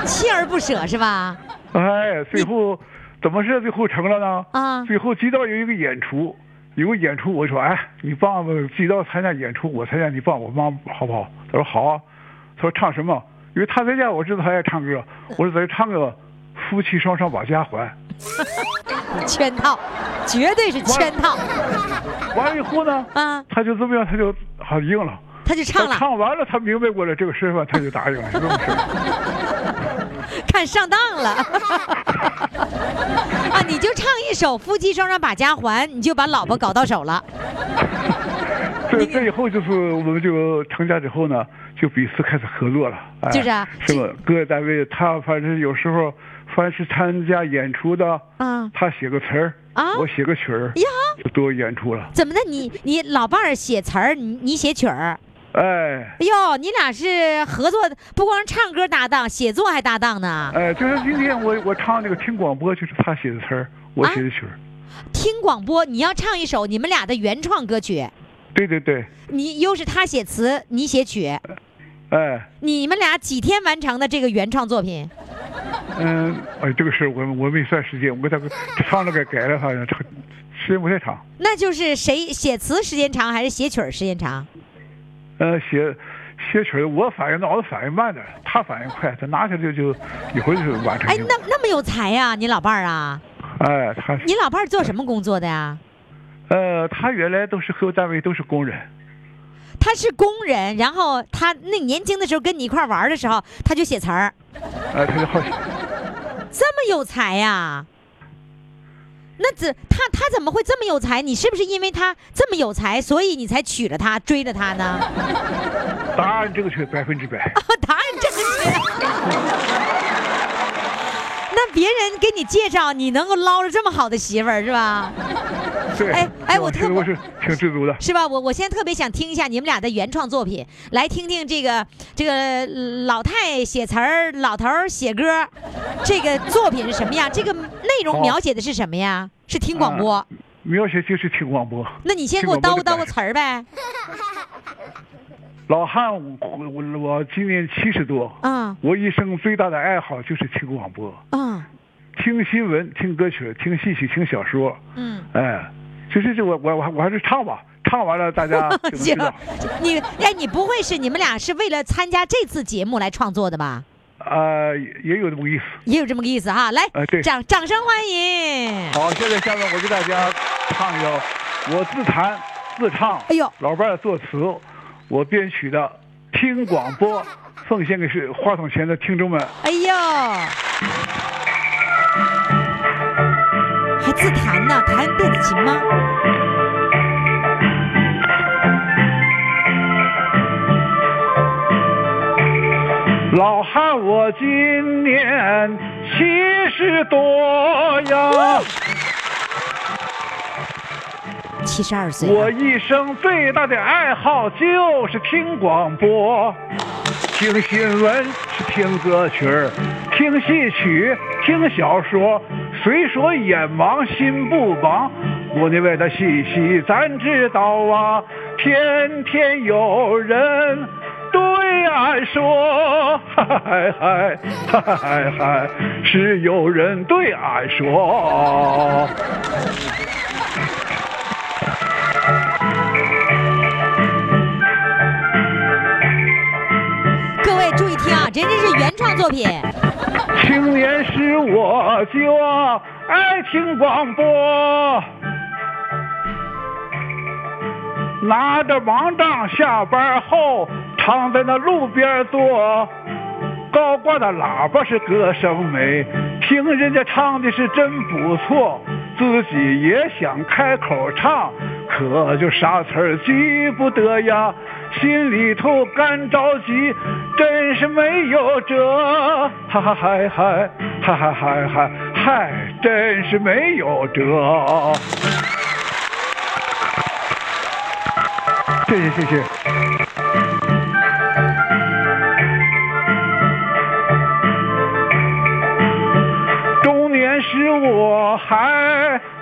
Speaker 1: 锲而不舍是吧？
Speaker 7: 哎，最后怎么是最后成了呢？
Speaker 1: 啊
Speaker 7: 最后街道有一个演出，有个演出，我说哎，你帮我街道参加演出，我参加，你帮我帮好不好？他说好啊。他说唱什么？因为他在家我知道他爱唱歌，我说咱唱个《夫妻双双把家还
Speaker 1: 圈套，绝对是圈套》。
Speaker 7: 完了以后呢，
Speaker 1: 啊！
Speaker 7: 他就这么样，他就好应了。
Speaker 1: 他就
Speaker 7: 他
Speaker 1: 唱了，
Speaker 7: 唱完了，他明白过来这个身份，他就答应 了，是这么回事儿。
Speaker 1: 看上当了。啊，你就唱一首《夫妻双双把家还》，你就把老婆搞到手了。
Speaker 7: 这这以后就是我们就成家之后呢，就彼此开始合作了，哎、
Speaker 1: 就是啊
Speaker 7: 是吧？各单位他反正有时候，凡是参加演出的，
Speaker 1: 啊
Speaker 7: 他写个词儿，
Speaker 1: 啊
Speaker 7: 我写个曲儿，
Speaker 1: 呀，
Speaker 7: 就都有演出了。
Speaker 1: 怎么的？你你老伴儿写词儿，你你写曲儿。
Speaker 7: 哎
Speaker 1: 哎呦，你俩是合作，不光唱歌搭档，写作还搭档呢。啊
Speaker 7: 哎，就是今天我我唱那个听广播，就是他写的词儿，我写的曲儿，
Speaker 1: 听广播，你要唱一首你们俩的原创歌曲，
Speaker 7: 对对对，
Speaker 1: 你又是他写词，你写曲，
Speaker 7: 哎，
Speaker 1: 你们俩几天完成的这个原创作品？
Speaker 7: 嗯，哎，这个事儿我我没算时间，我给他唱了个改了，好像唱时间不太长。
Speaker 1: 那就是谁写词时间长还是写曲儿时间长？
Speaker 7: 呃，写写曲儿，我反应脑子反应慢点儿，他反应快，他拿起来就就一会儿就完成
Speaker 1: 哎
Speaker 7: 任，务
Speaker 1: 那。那么有才呀、你老伴儿啊？
Speaker 7: 哎，他
Speaker 1: 你老伴儿做什么工作的呀？
Speaker 7: 呃，他原来都是和我单位都是工人，
Speaker 1: 他是工人，然后他那年轻的时候跟你一块儿玩儿的时候，他就写词儿，
Speaker 7: 哎，他就好写。
Speaker 1: 这么有才呀、那怎他他怎么会这么有才？你是不是因为他这么有才，所以你才娶了他，追了他呢？
Speaker 7: 答案这个是百分之百。
Speaker 1: 答案正确。 那别人给你介绍，你能够捞着这么好的媳妇儿是吧？
Speaker 7: 对，
Speaker 1: 哎哎我
Speaker 7: 觉
Speaker 1: 特
Speaker 7: 得我是挺知足的。
Speaker 1: 是吧？我我现在特别想听一下你们俩的原创作品，来听听这个这个老太写词儿，老头儿写歌，这个作品是什么样？这个内容
Speaker 7: 好
Speaker 1: 描写的是什么呀？是听广播？
Speaker 7: 描写就是听广播。
Speaker 1: 那你先
Speaker 7: 嗯
Speaker 1: 给
Speaker 7: 听
Speaker 1: 我
Speaker 7: 广
Speaker 1: 叨
Speaker 7: 播
Speaker 1: 咕叨咕
Speaker 7: 就
Speaker 1: 词 儿呗。
Speaker 7: 老汉，我我我今年七十多，
Speaker 1: 嗯
Speaker 7: 我一生最大的爱好就是听广播，
Speaker 1: 嗯
Speaker 7: 听新闻，听歌曲，听戏曲，听小说。
Speaker 1: 嗯，
Speaker 7: 哎，就是这我我我还我还是唱吧，唱完了大 家就能知
Speaker 1: 行
Speaker 7: 道。，
Speaker 1: 你哎，你不会是你们俩是为了参加这次节目来创作的吧？
Speaker 7: 呃，也有这么个意思。
Speaker 1: 也有这么个意思哈，来，
Speaker 7: 呃对
Speaker 1: 掌掌声欢迎！
Speaker 7: 好，现在下面我给大家唱一首我自弹自唱，
Speaker 1: 哎呦
Speaker 7: 老伴儿作词，我编曲的《听广播》，奉献给是话筒前的听众们。
Speaker 1: 哎呦，还自弹呢，弹电子琴吗？
Speaker 7: 老汉我今年七十多呀，
Speaker 1: 七十二岁啊，
Speaker 7: 我一生最大的爱好就是听广播，听新闻，听歌曲儿，听戏曲，听小说。虽说眼盲心不忙，国内外的信息咱知道啊，天天有人。对俺说，嗨嗨嗨嗨嗨，是有人对俺说。
Speaker 1: 各位注意听啊，人家是原创作品，
Speaker 7: 青年时我就爱听广播，拿着盲杖下班后常在那路边坐，高挂的喇叭是歌声美，听人家唱的是真不错，自己也想开口唱，可就啥词儿记不得呀，心里头干着急，真是没有辙，哈哈嗨嗨嗨嗨嗨嗨嗨，真是没有辙。谢谢谢谢。中年时我还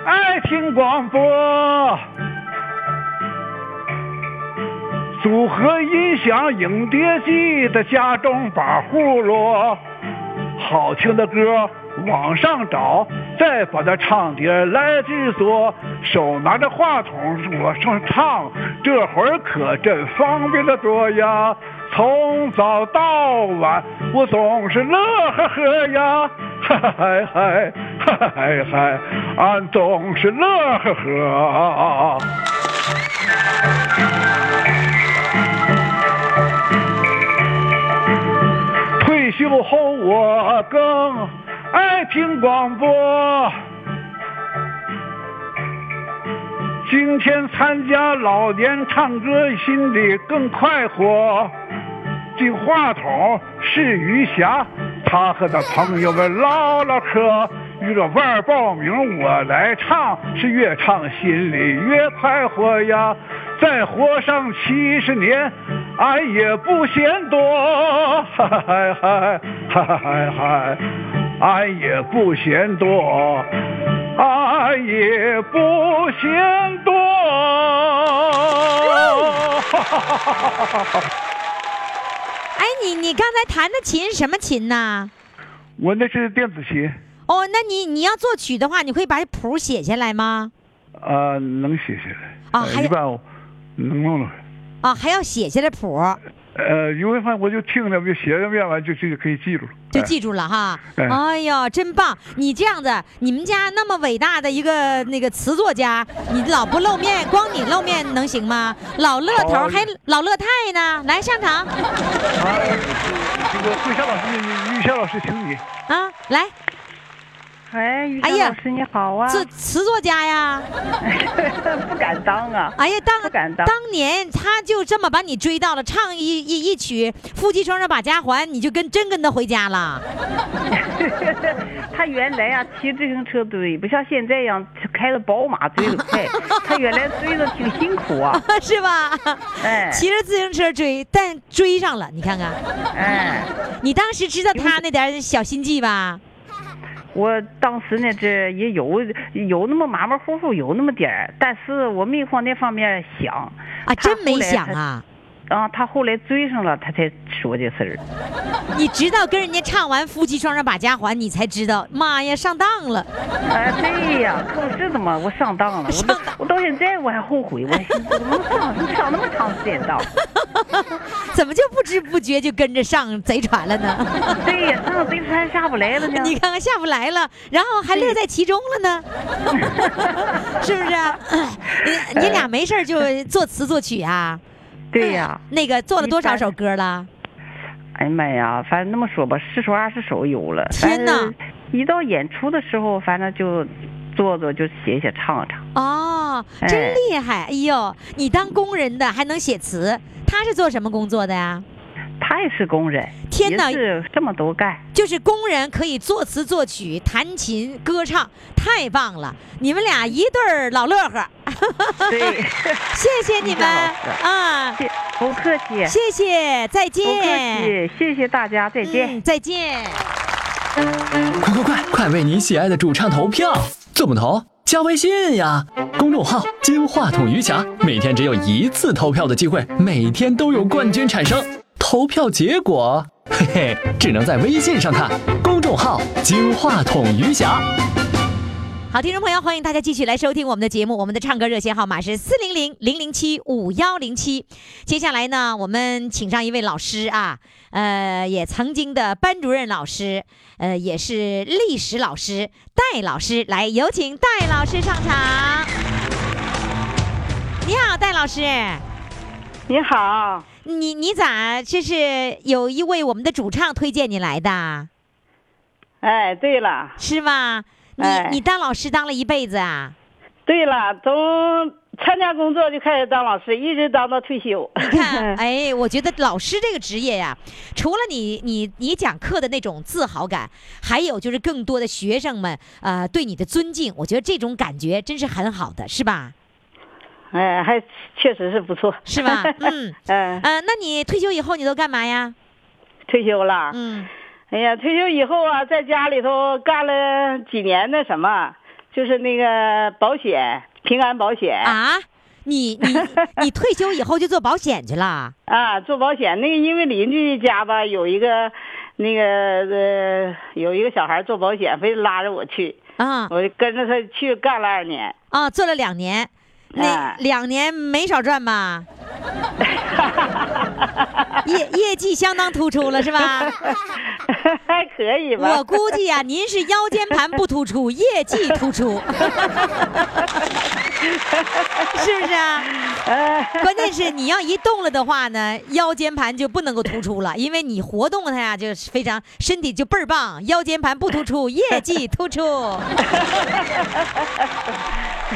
Speaker 7: 爱听广播，组合音响影碟机的家中把户落，好听的歌往上找，再把它唱碟来制作，手拿着话筒我上唱，这会儿可真方便的多呀。从早到晚，我总是乐呵呵呀， 嗨嗨嗨嗨嗨嗨，俺总是乐呵呵。退休后我更爱听广播。今天参加老年唱歌，心里更快活。这话筒是余霞，他和他朋友们唠唠嗑。娱乐腕儿报名我来唱，是越唱心里越快活呀。再活上七十年，俺也不嫌多，嗨嗨嗨嗨嗨嗨，俺也不嫌多。爱也不嫌多。
Speaker 1: 哎，你你刚才弹的琴什么琴呐？
Speaker 7: 我那是电子琴，
Speaker 1: 哦，那你你要作曲的话，你会把谱写下来吗？
Speaker 7: 呃，能写下来。呃
Speaker 1: 啊还有
Speaker 7: 一般我能弄了。
Speaker 1: 啊，还要
Speaker 7: 哎
Speaker 1: 写下来谱，啊
Speaker 7: 呃，有一份我就听着，我就写着念完就就就可以记住了。
Speaker 1: 就
Speaker 7: 哎
Speaker 1: 记住了哈。
Speaker 7: 哎
Speaker 1: 哎呦，真棒！你这样子，你们家那么伟大的一个那个词作家，你老不露面，光你露面能行吗？老乐头
Speaker 7: 好
Speaker 1: 还老乐太呢，来上场
Speaker 7: 哎这个桂霞老师，你你玉霞老师，请你。
Speaker 1: 啊，来，
Speaker 8: 哎，于
Speaker 1: 哎
Speaker 8: 正
Speaker 1: 呀
Speaker 8: 老师你好啊！
Speaker 1: 这词作家呀，
Speaker 8: 不敢当啊！
Speaker 1: 哎呀，当
Speaker 8: 不敢当
Speaker 1: 当年他就这么把你追到了，唱一一一曲《夫妻双双把家还》，你就跟真跟他回家了。
Speaker 8: 他原来呀、骑自行车追，不像现在一样开着宝马追得 快。他原来追的挺辛苦啊！
Speaker 1: 是吧？
Speaker 8: 哎
Speaker 1: 骑着自行车追，但追上了。你看看，
Speaker 8: 哎，
Speaker 1: 你当时知道他那点小心计吧？
Speaker 8: 我当时呢，这也有有那么马马虎虎，有那么点儿，但是我没往那方面想。
Speaker 1: 啊，
Speaker 8: 他
Speaker 1: 真没
Speaker 8: 后来
Speaker 1: 想
Speaker 8: 他！
Speaker 1: 啊！
Speaker 8: 啊，他后来追上了，他才说这事儿。
Speaker 1: 你直到跟人家唱完《夫妻双双把家还》，你才知道，妈呀，上当了！
Speaker 8: 哎，对呀，可不是的嘛，我上当了，我
Speaker 1: 上
Speaker 8: 到
Speaker 1: 当
Speaker 8: 我到现在我还后悔，我还寻思怎么上上那么长时间 当。
Speaker 1: 怎么就不知不觉就跟着上贼船了呢？
Speaker 8: 对呀，上贼船下不来了呢。
Speaker 1: 你看看下不来了，然后还乐在其中了 呢，是不是啊？你你俩没事儿就作词作曲啊？
Speaker 8: 哎对呀，
Speaker 1: 那个做了多少
Speaker 8: 一般
Speaker 1: 首歌了？
Speaker 8: 哎呀妈呀，反正那么说吧，十首二十首有了。
Speaker 1: 天哪！
Speaker 8: 一到演出的时候，反正就做做，就写写唱唱。
Speaker 1: 哦，真
Speaker 8: 哎
Speaker 1: 厉害！哎呦，你当工人的还能写词，他是做什么工作的呀？
Speaker 8: 他也是工人，
Speaker 1: 天哪
Speaker 8: 也是这么都干。
Speaker 1: 就是工人可以作词作曲、弹琴、歌唱，太棒了！你们俩一对儿老乐呵，
Speaker 8: 对，
Speaker 1: 谢 谢你们
Speaker 8: 老师
Speaker 1: 啊！
Speaker 8: 谢不客气，
Speaker 1: 谢谢，再
Speaker 8: 不客
Speaker 1: 见，
Speaker 8: 气，谢谢大家，再见。
Speaker 1: 嗯，再见。
Speaker 4: 快快快，快为你喜爱的主唱投票！怎么投？加微信呀，公众号“金话筒余霞”，每天只有一次投票的机会，每天都有冠军产生。投票结果，嘿嘿，只能在微信上看。公众号“金话筒余霞”。
Speaker 1: 好，听众朋友，欢迎大家继续来收听我们的节目。我们的唱歌热线号码是四零零零零七五幺零七。接下来呢，我们请上一位老师啊，呃，也曾经的班主任老师，呃，也是历史老师戴老师，来有请戴老师上场。你好，戴老师，
Speaker 9: 你好，
Speaker 1: 你你咋这是有一位我们的主唱推荐你来的，啊
Speaker 9: 哎，对了，
Speaker 1: 是吗？你、
Speaker 9: 哎
Speaker 1: 你当老师当了一辈子啊？
Speaker 9: 对了，从参加工作就开始当老师，一直当到退休。
Speaker 1: 看，哎，我觉得老师这个职业呀，除了你你你讲课的那种自豪感，还有就是更多的学生们呃对你的尊敬，我觉得这种感觉真是很好的，是吧？
Speaker 9: 哎，还确实是不错，
Speaker 1: 是 吧？嗯，
Speaker 9: 嗯，
Speaker 1: 呃，那你退休以后你都干嘛呀？
Speaker 9: 退休了。
Speaker 1: 嗯，
Speaker 9: 哎呀，退休以后啊，在家里头干了几年那什么，就是那个保险，平安保险
Speaker 1: 啊，你 你你退休以后就做保险去了？
Speaker 9: 啊做保险。那个因为邻居家吧有一个，那个呃有一个小孩做保险，非得拉着我去，
Speaker 1: 啊
Speaker 9: 我就跟着他去干了二年。
Speaker 1: 啊，做了两年，那
Speaker 9: 哎
Speaker 1: 两年没少 赚吧？业业绩相当突出了，是 吧？
Speaker 9: 还可以吧。
Speaker 1: 我估计呀、您是腰间盘不突出，业绩突出，是不是 啊？
Speaker 9: 哎
Speaker 1: 关键是你要一动了的话呢，腰间盘就不能够突出了，因为你活动它呀，就是非常身体就倍儿棒，腰间盘不突出，业绩突出。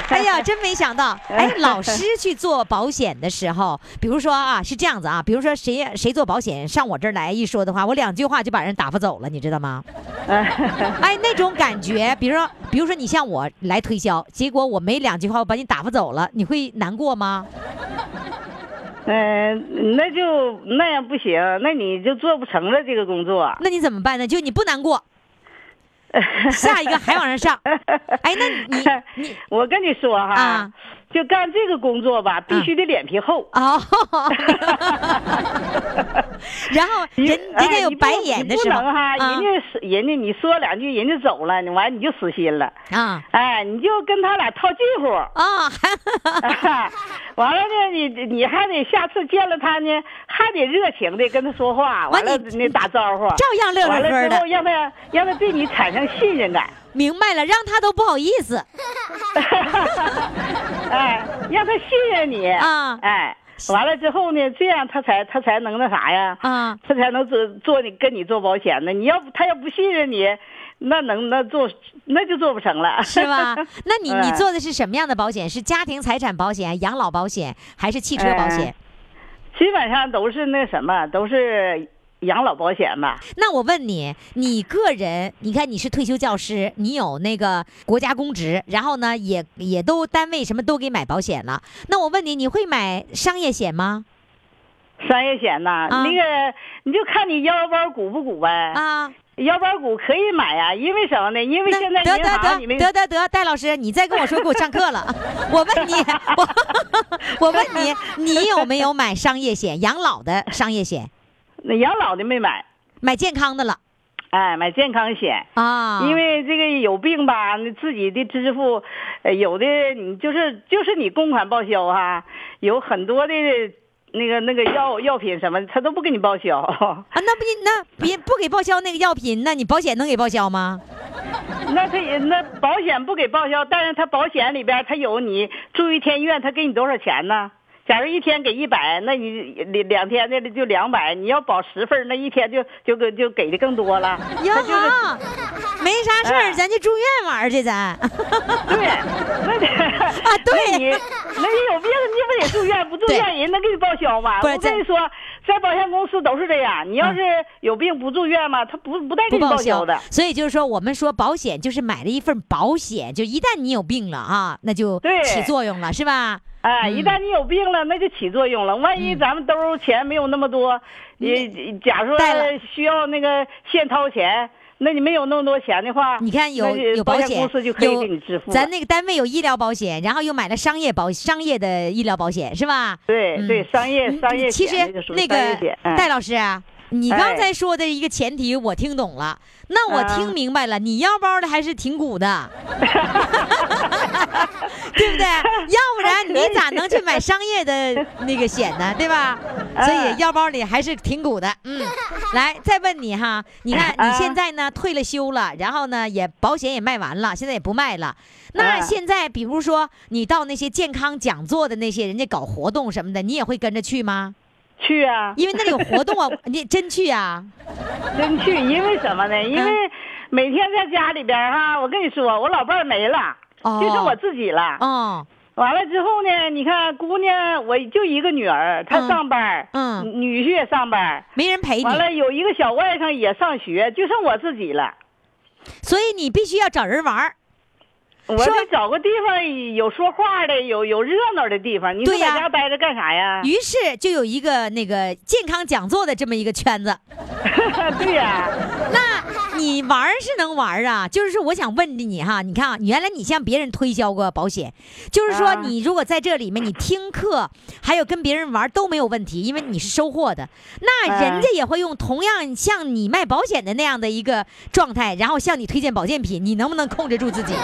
Speaker 1: 哎呀，真没想到！哎，老师去做保险的时候，比如说啊，是这样子啊，比如说谁谁做保险上我这儿来一说的话，我两句话就把人打发走了，你知道吗？哎，那种感觉，比如说，比如说你向我来推销，结果我没两句话我把你打发走了，你会难过吗？
Speaker 9: 嗯、那就那样不行，那你就做不成了这个工作。
Speaker 1: 那你怎么办呢？就你不难过，下一个还往上上。哎，那你你
Speaker 9: 我跟你说哈，
Speaker 1: 啊
Speaker 9: 就干这个工作吧，必须得脸皮厚。
Speaker 1: 哦，然 后人人家有白眼的时候
Speaker 9: 哎你不能哈，
Speaker 1: 啊
Speaker 9: 人家是人家你说两句，人家走了，你完你就死心了。
Speaker 1: 啊
Speaker 9: 哎，你就跟他俩套近乎
Speaker 1: 啊，
Speaker 9: 完了呢，你你还得下次见了他呢，还得热情的跟他说话，完了你打招呼，
Speaker 1: 照样乐呵呵的
Speaker 9: 完了之后让他让他对你产生信任感，
Speaker 1: 明白了，让他都不好意思。
Speaker 9: 哎，让他信任你
Speaker 1: 啊
Speaker 9: 哎，完了之后呢，这样他才他才能那啥呀，
Speaker 1: 啊，
Speaker 9: 他才能做做你跟你做保险呢。你要不他要不信任你，那能那做那就做不成了，
Speaker 1: 是吧？那你你
Speaker 9: 嗯
Speaker 1: 做的是什么样的保险？是家庭财产保险、养老保险，还是汽车保险？
Speaker 9: 基本上都是那什么，都是养老保险吧。
Speaker 1: 那我问你，你个人，你看你是退休教师，你有那个国家公职，然后呢，也也都单位什么都给买保险了。那我问你，你会买商业险吗？
Speaker 9: 商业险呐，
Speaker 1: 啊
Speaker 9: 那个你就看你腰包鼓不鼓呗。
Speaker 1: 啊，
Speaker 9: 腰包鼓可以买呀、因为什么呢？因为
Speaker 1: 那
Speaker 9: 现在
Speaker 1: 得
Speaker 9: 银行你
Speaker 1: 得
Speaker 9: 们
Speaker 1: 得得得得，啊戴老师，你再跟我说给我上课 了。我问你，我我问你，你有没有买商业险？养老的商业险，
Speaker 9: 那养老的没买，
Speaker 1: 买健康的了
Speaker 9: 哎，买健康险。
Speaker 1: 啊？
Speaker 9: 因为这个有病吧，你自己的支付，呃有的你就是就是你公款报销哈、有很多的那个那个药药品什么的，他都不给你报销。
Speaker 1: 啊，那不那别不给报销那个药品，那你保险能给报销吗？
Speaker 9: 那他也那保险不给报销，但是他保险里边他有你住一天院，他给你多少钱呢？假如一天给一百，那你两两天那就两百，你要保十份儿，那一天就就给就给的更多了。
Speaker 1: 呀
Speaker 9: 那就是
Speaker 1: 哈，没啥事儿，咱就住院玩儿去，咱
Speaker 9: 哎对， 那得啊
Speaker 1: 对
Speaker 9: 那你那你有病你不得住院？不住院人能给你报销吗？
Speaker 1: 不是
Speaker 9: 我
Speaker 1: 在嗯
Speaker 9: 跟你说，在保险公司都是这样，你要是有病不住院嘛，他不不带给
Speaker 1: 不
Speaker 9: 你报
Speaker 1: 报销
Speaker 9: 的。
Speaker 1: 所以就是说，我们说保险就是买了一份保险，就一旦你有病了啊，那就
Speaker 9: 对
Speaker 1: 起作用了，是吧？
Speaker 9: 哎，
Speaker 1: 嗯
Speaker 9: 一旦你有病了，那就起作用了。万一咱们兜钱没有那么多，也假如
Speaker 1: 嗯带了
Speaker 9: 需要那个现掏钱，那你没有那么多钱的话，
Speaker 1: 你看有
Speaker 9: 那就
Speaker 1: 有
Speaker 9: 保
Speaker 1: 险，
Speaker 9: 公司就可以
Speaker 1: 有
Speaker 9: 给你支付了。
Speaker 1: 咱那个单位有医疗保险，然后又买了商业保商业的医疗保险，是吧？
Speaker 9: 对
Speaker 1: 嗯
Speaker 9: 对，商业
Speaker 1: 嗯
Speaker 9: 商业
Speaker 1: 其
Speaker 9: 险
Speaker 1: 实
Speaker 9: 就属于
Speaker 1: 那
Speaker 9: 商业
Speaker 1: 个
Speaker 9: 险嗯
Speaker 1: 戴老师啊，你刚
Speaker 9: 哎
Speaker 1: 才说的一个前提我听懂了，那我
Speaker 9: 啊
Speaker 1: 听明白了，你腰包的还是挺鼓的， 对 不对？要不然你咋能去买商业的那个险呢？对吧？所以
Speaker 9: 嗯
Speaker 1: 腰包里还是挺鼓的。嗯，来再问你哈， 你看 你
Speaker 9: 啊
Speaker 1: 现在呢退了休了，然后呢也保险也卖完了，现在也不 卖了。那
Speaker 9: 啊
Speaker 1: 现在比如说你到那些健康讲座的那些人家搞活动什么的，你也会跟着去 吗？
Speaker 9: 去啊，
Speaker 1: 因为那里有活 动啊， 你真去啊？
Speaker 9: 真去，因为什么
Speaker 1: 嗯
Speaker 9: 呢？因为每天在家里边儿哈，我跟你说，我老伴儿没了，
Speaker 1: 哦
Speaker 9: 就剩我自己了。
Speaker 1: 哦，
Speaker 9: 完了之后呢，你看姑娘，我就一个女儿，她
Speaker 1: 嗯
Speaker 9: 上班儿，
Speaker 1: 嗯
Speaker 9: 女婿也上班儿，
Speaker 1: 没人陪你，
Speaker 9: 完了有一个小外甥也上学，就剩我自己了。
Speaker 1: 所以你必须要找人玩儿。
Speaker 9: 我
Speaker 1: 说
Speaker 9: 得找个地方有说话的，有有热闹的地方。你说
Speaker 1: 对
Speaker 9: 在
Speaker 1: 呀
Speaker 9: 家待着干啥呀？
Speaker 1: 于是就有一个那个健康讲座的这么一个圈子。
Speaker 9: 对呀、
Speaker 1: 那你玩儿是能玩儿啊，就是说我想问你哈，你看啊，原来你向别人推销过保险，就是说
Speaker 9: 啊
Speaker 1: 你如果在这里面你听课，还有跟别人玩儿都没有问题，因为你是收获的。那人
Speaker 9: 哎
Speaker 1: 家也会用同样像你卖保险的那样的一个状态，然后向你推荐保健品，你能不能控制住自己，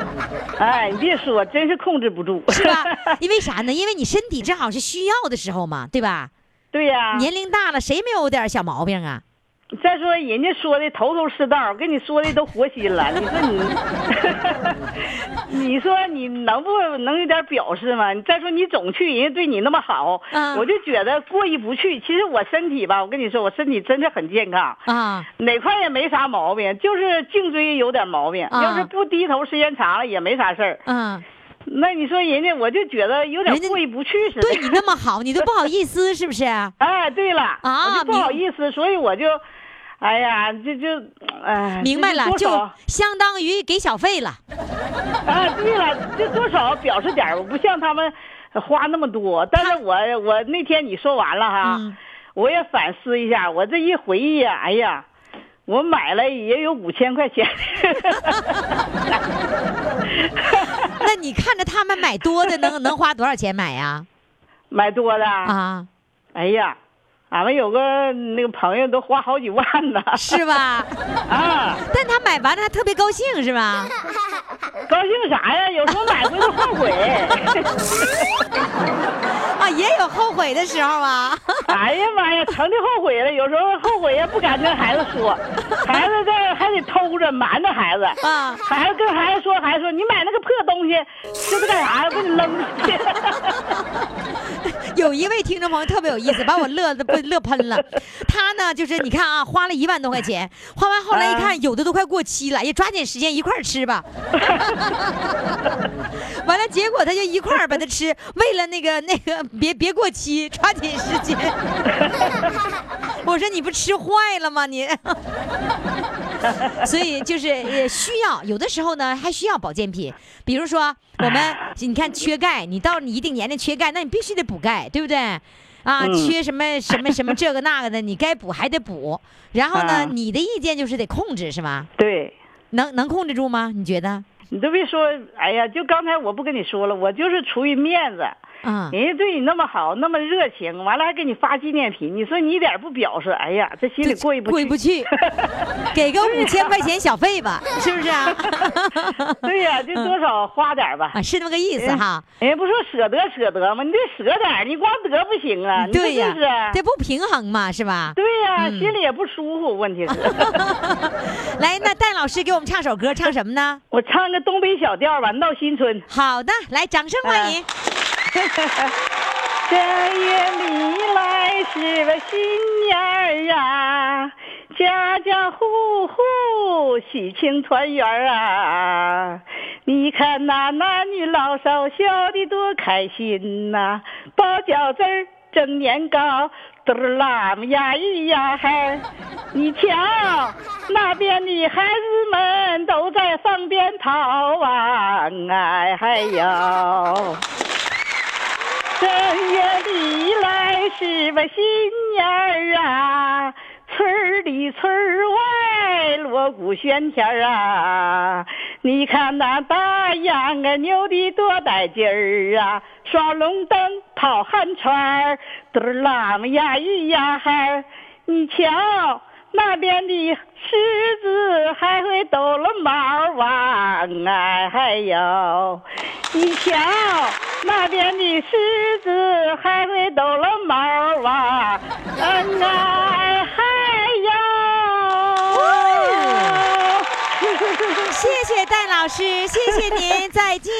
Speaker 9: 哎，你别说，真是控制不住。
Speaker 1: 是吧？因为啥呢？因为你身体正好是需要的时候嘛，对吧？
Speaker 9: 对呀、
Speaker 1: 年龄大了，谁没有点小毛病啊？
Speaker 9: 再说人家说的头头是道，跟你说的都活心了。你说 你，你说你能不能有点表示吗？你再说你总去，人家对你那么好，
Speaker 1: 嗯
Speaker 9: 我就觉得过意不去。其实我身体吧，我跟你说，我身体真的很健康，
Speaker 1: 啊，
Speaker 9: 哪块也没啥毛病，就是颈椎有点毛病。
Speaker 1: 啊
Speaker 9: 要是不低头时间长了也没啥事儿。
Speaker 1: 嗯，
Speaker 9: 那你说人家，我就觉得有点
Speaker 1: 人家
Speaker 9: 过意不去似的。
Speaker 1: 对你那么好，你都不好意思，是不 是？
Speaker 9: 哎，对了，
Speaker 1: 啊
Speaker 9: 我就不
Speaker 1: 明
Speaker 9: 好意思，所以我就，哎呀，这就，哎，
Speaker 1: 明白了，
Speaker 9: 这
Speaker 1: 就
Speaker 9: 多少
Speaker 1: 相当于给小费了。
Speaker 9: 啊，对了，就多少表示点儿，我不像他们花那么多，但是我我那天你说完了哈，
Speaker 1: 嗯
Speaker 9: 我也反思一下，我这一回忆呀，哎呀，我买了也有五千块钱。
Speaker 1: 那你看着他们买多的能能花多少钱买呀？
Speaker 9: 买多的啊！哎呀，俺们有个那个朋友都花好几万呢，
Speaker 1: 是吧？
Speaker 9: 啊！
Speaker 1: 但他买完了，他特别高兴，是吧？
Speaker 9: 高兴啥呀？有时候买回来后悔。
Speaker 1: 啊，也有后悔的时候啊！
Speaker 9: 哎呀妈呀，成就后悔了。有时候后悔呀，不敢跟孩子说，孩子这还得偷着瞒着孩子。
Speaker 1: 啊，
Speaker 9: 孩子跟孩子说，孩子说你买那个破东西，这是干啥呀？我给你扔出去。
Speaker 1: 有一位听众朋友特别有意思，把我乐的不 乐喷了。他呢，就是你看啊，花了一万多块钱，花完后来一看，有的都快过期了，也抓紧时间一块儿吃吧。完了，结果他就一块儿把它吃，为了那个那个别别过期，抓紧时间。 我说你不吃坏了吗你？ 所以就是呃需要，有的时候呢还需要保健品，比如说我们你看缺钙，你到你一定年龄缺钙，那你必须得补钙，对不对？啊，
Speaker 9: 嗯
Speaker 1: 缺什么什么什么这个那个的，你该补还得补。然后呢
Speaker 9: 啊，
Speaker 1: 你的意见就是得控制，是吧？
Speaker 9: 对，
Speaker 1: 能能控制住吗？你觉得？
Speaker 9: 你都别说，哎呀，就刚才我不跟你说了，我就是出于面子。
Speaker 1: 嗯
Speaker 9: 人家对你那么好，那么热情，完了还给你发纪念品，你说你一点不表示，哎呀，这心里过意不去。
Speaker 1: 过意 不去，给个五千块钱小费吧，是不是啊？
Speaker 9: 对呀、就多少花点吧，
Speaker 1: 啊，是那么个意思哈。
Speaker 9: 人家不说舍得舍得吗？你得舍点儿，你光得不行啊，你说
Speaker 1: 对
Speaker 9: 是
Speaker 1: 呀
Speaker 9: 不是啊？，
Speaker 1: 这不平衡嘛，是吧？
Speaker 9: 对呀、
Speaker 1: 嗯
Speaker 9: 心里也不舒服，问题是。
Speaker 1: 来，那戴老师给我们唱首歌，唱什么呢？
Speaker 9: 我唱个东北小调吧，《闹新春》。
Speaker 1: 好的，来，掌声欢迎。
Speaker 9: 这夜里哎来是个新年儿啊，家家户户喜庆团圆儿啊！你看那男女老少笑的多开心呐、包饺子儿，蒸年糕，嘟噜啦咪呀咿呀嗨！你瞧，那边的孩子们都在放鞭炮啊，哎嗨哟！正月里来是吧新年儿啊，村儿里村儿外锣鼓喧天儿啊。你看那大秧啊扭的多带劲儿啊，耍龙灯跑旱船儿，嘟儿啦嘛呀咿呀嗨儿。你瞧那边的狮子还会抖了毛啊，哎嗨哟！你瞧那边的狮子还会抖了毛啊，嗯哎嗨哟！
Speaker 1: 谢谢戴老师，谢谢您，再见，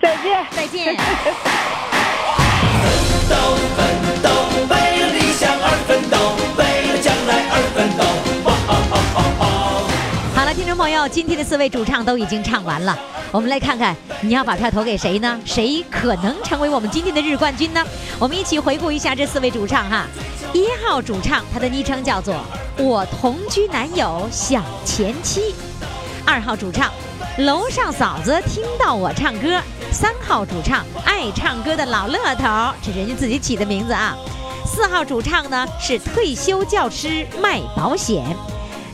Speaker 9: 再见，
Speaker 1: 再见。
Speaker 10: 为了理想而奋斗，为了将来而奋斗。
Speaker 1: 好了，听众朋友，今天的四位主唱都已经唱完了，我们来看看你要把票投给谁呢？谁可能成为我们今天的日冠军呢？我们一起回顾一下这四位主唱哈。一号主唱，他的昵称叫做“我同居男友小前妻”。二号主唱，楼上嫂子听到我唱歌。三号主唱，爱唱歌的老乐头，这是人家自己起的名字啊。四号主唱呢是退休教师卖保险。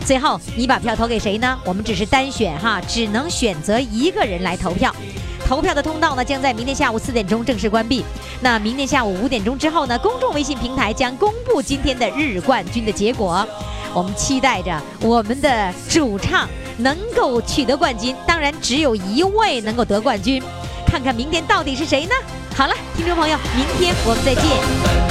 Speaker 1: 最后，你把票投给谁呢？我们只是单选哈，只能选择一个人来投票。投票的通道呢，将在明天下午四点钟正式关闭。那明天下午五点钟之后呢，公众微信平台将公布今天的日冠军的结果。我们期待着我们的主唱能够取得冠军，当然只有一位能够得冠军。看看明天到底是谁呢？好了，听众朋友，明天我们再见。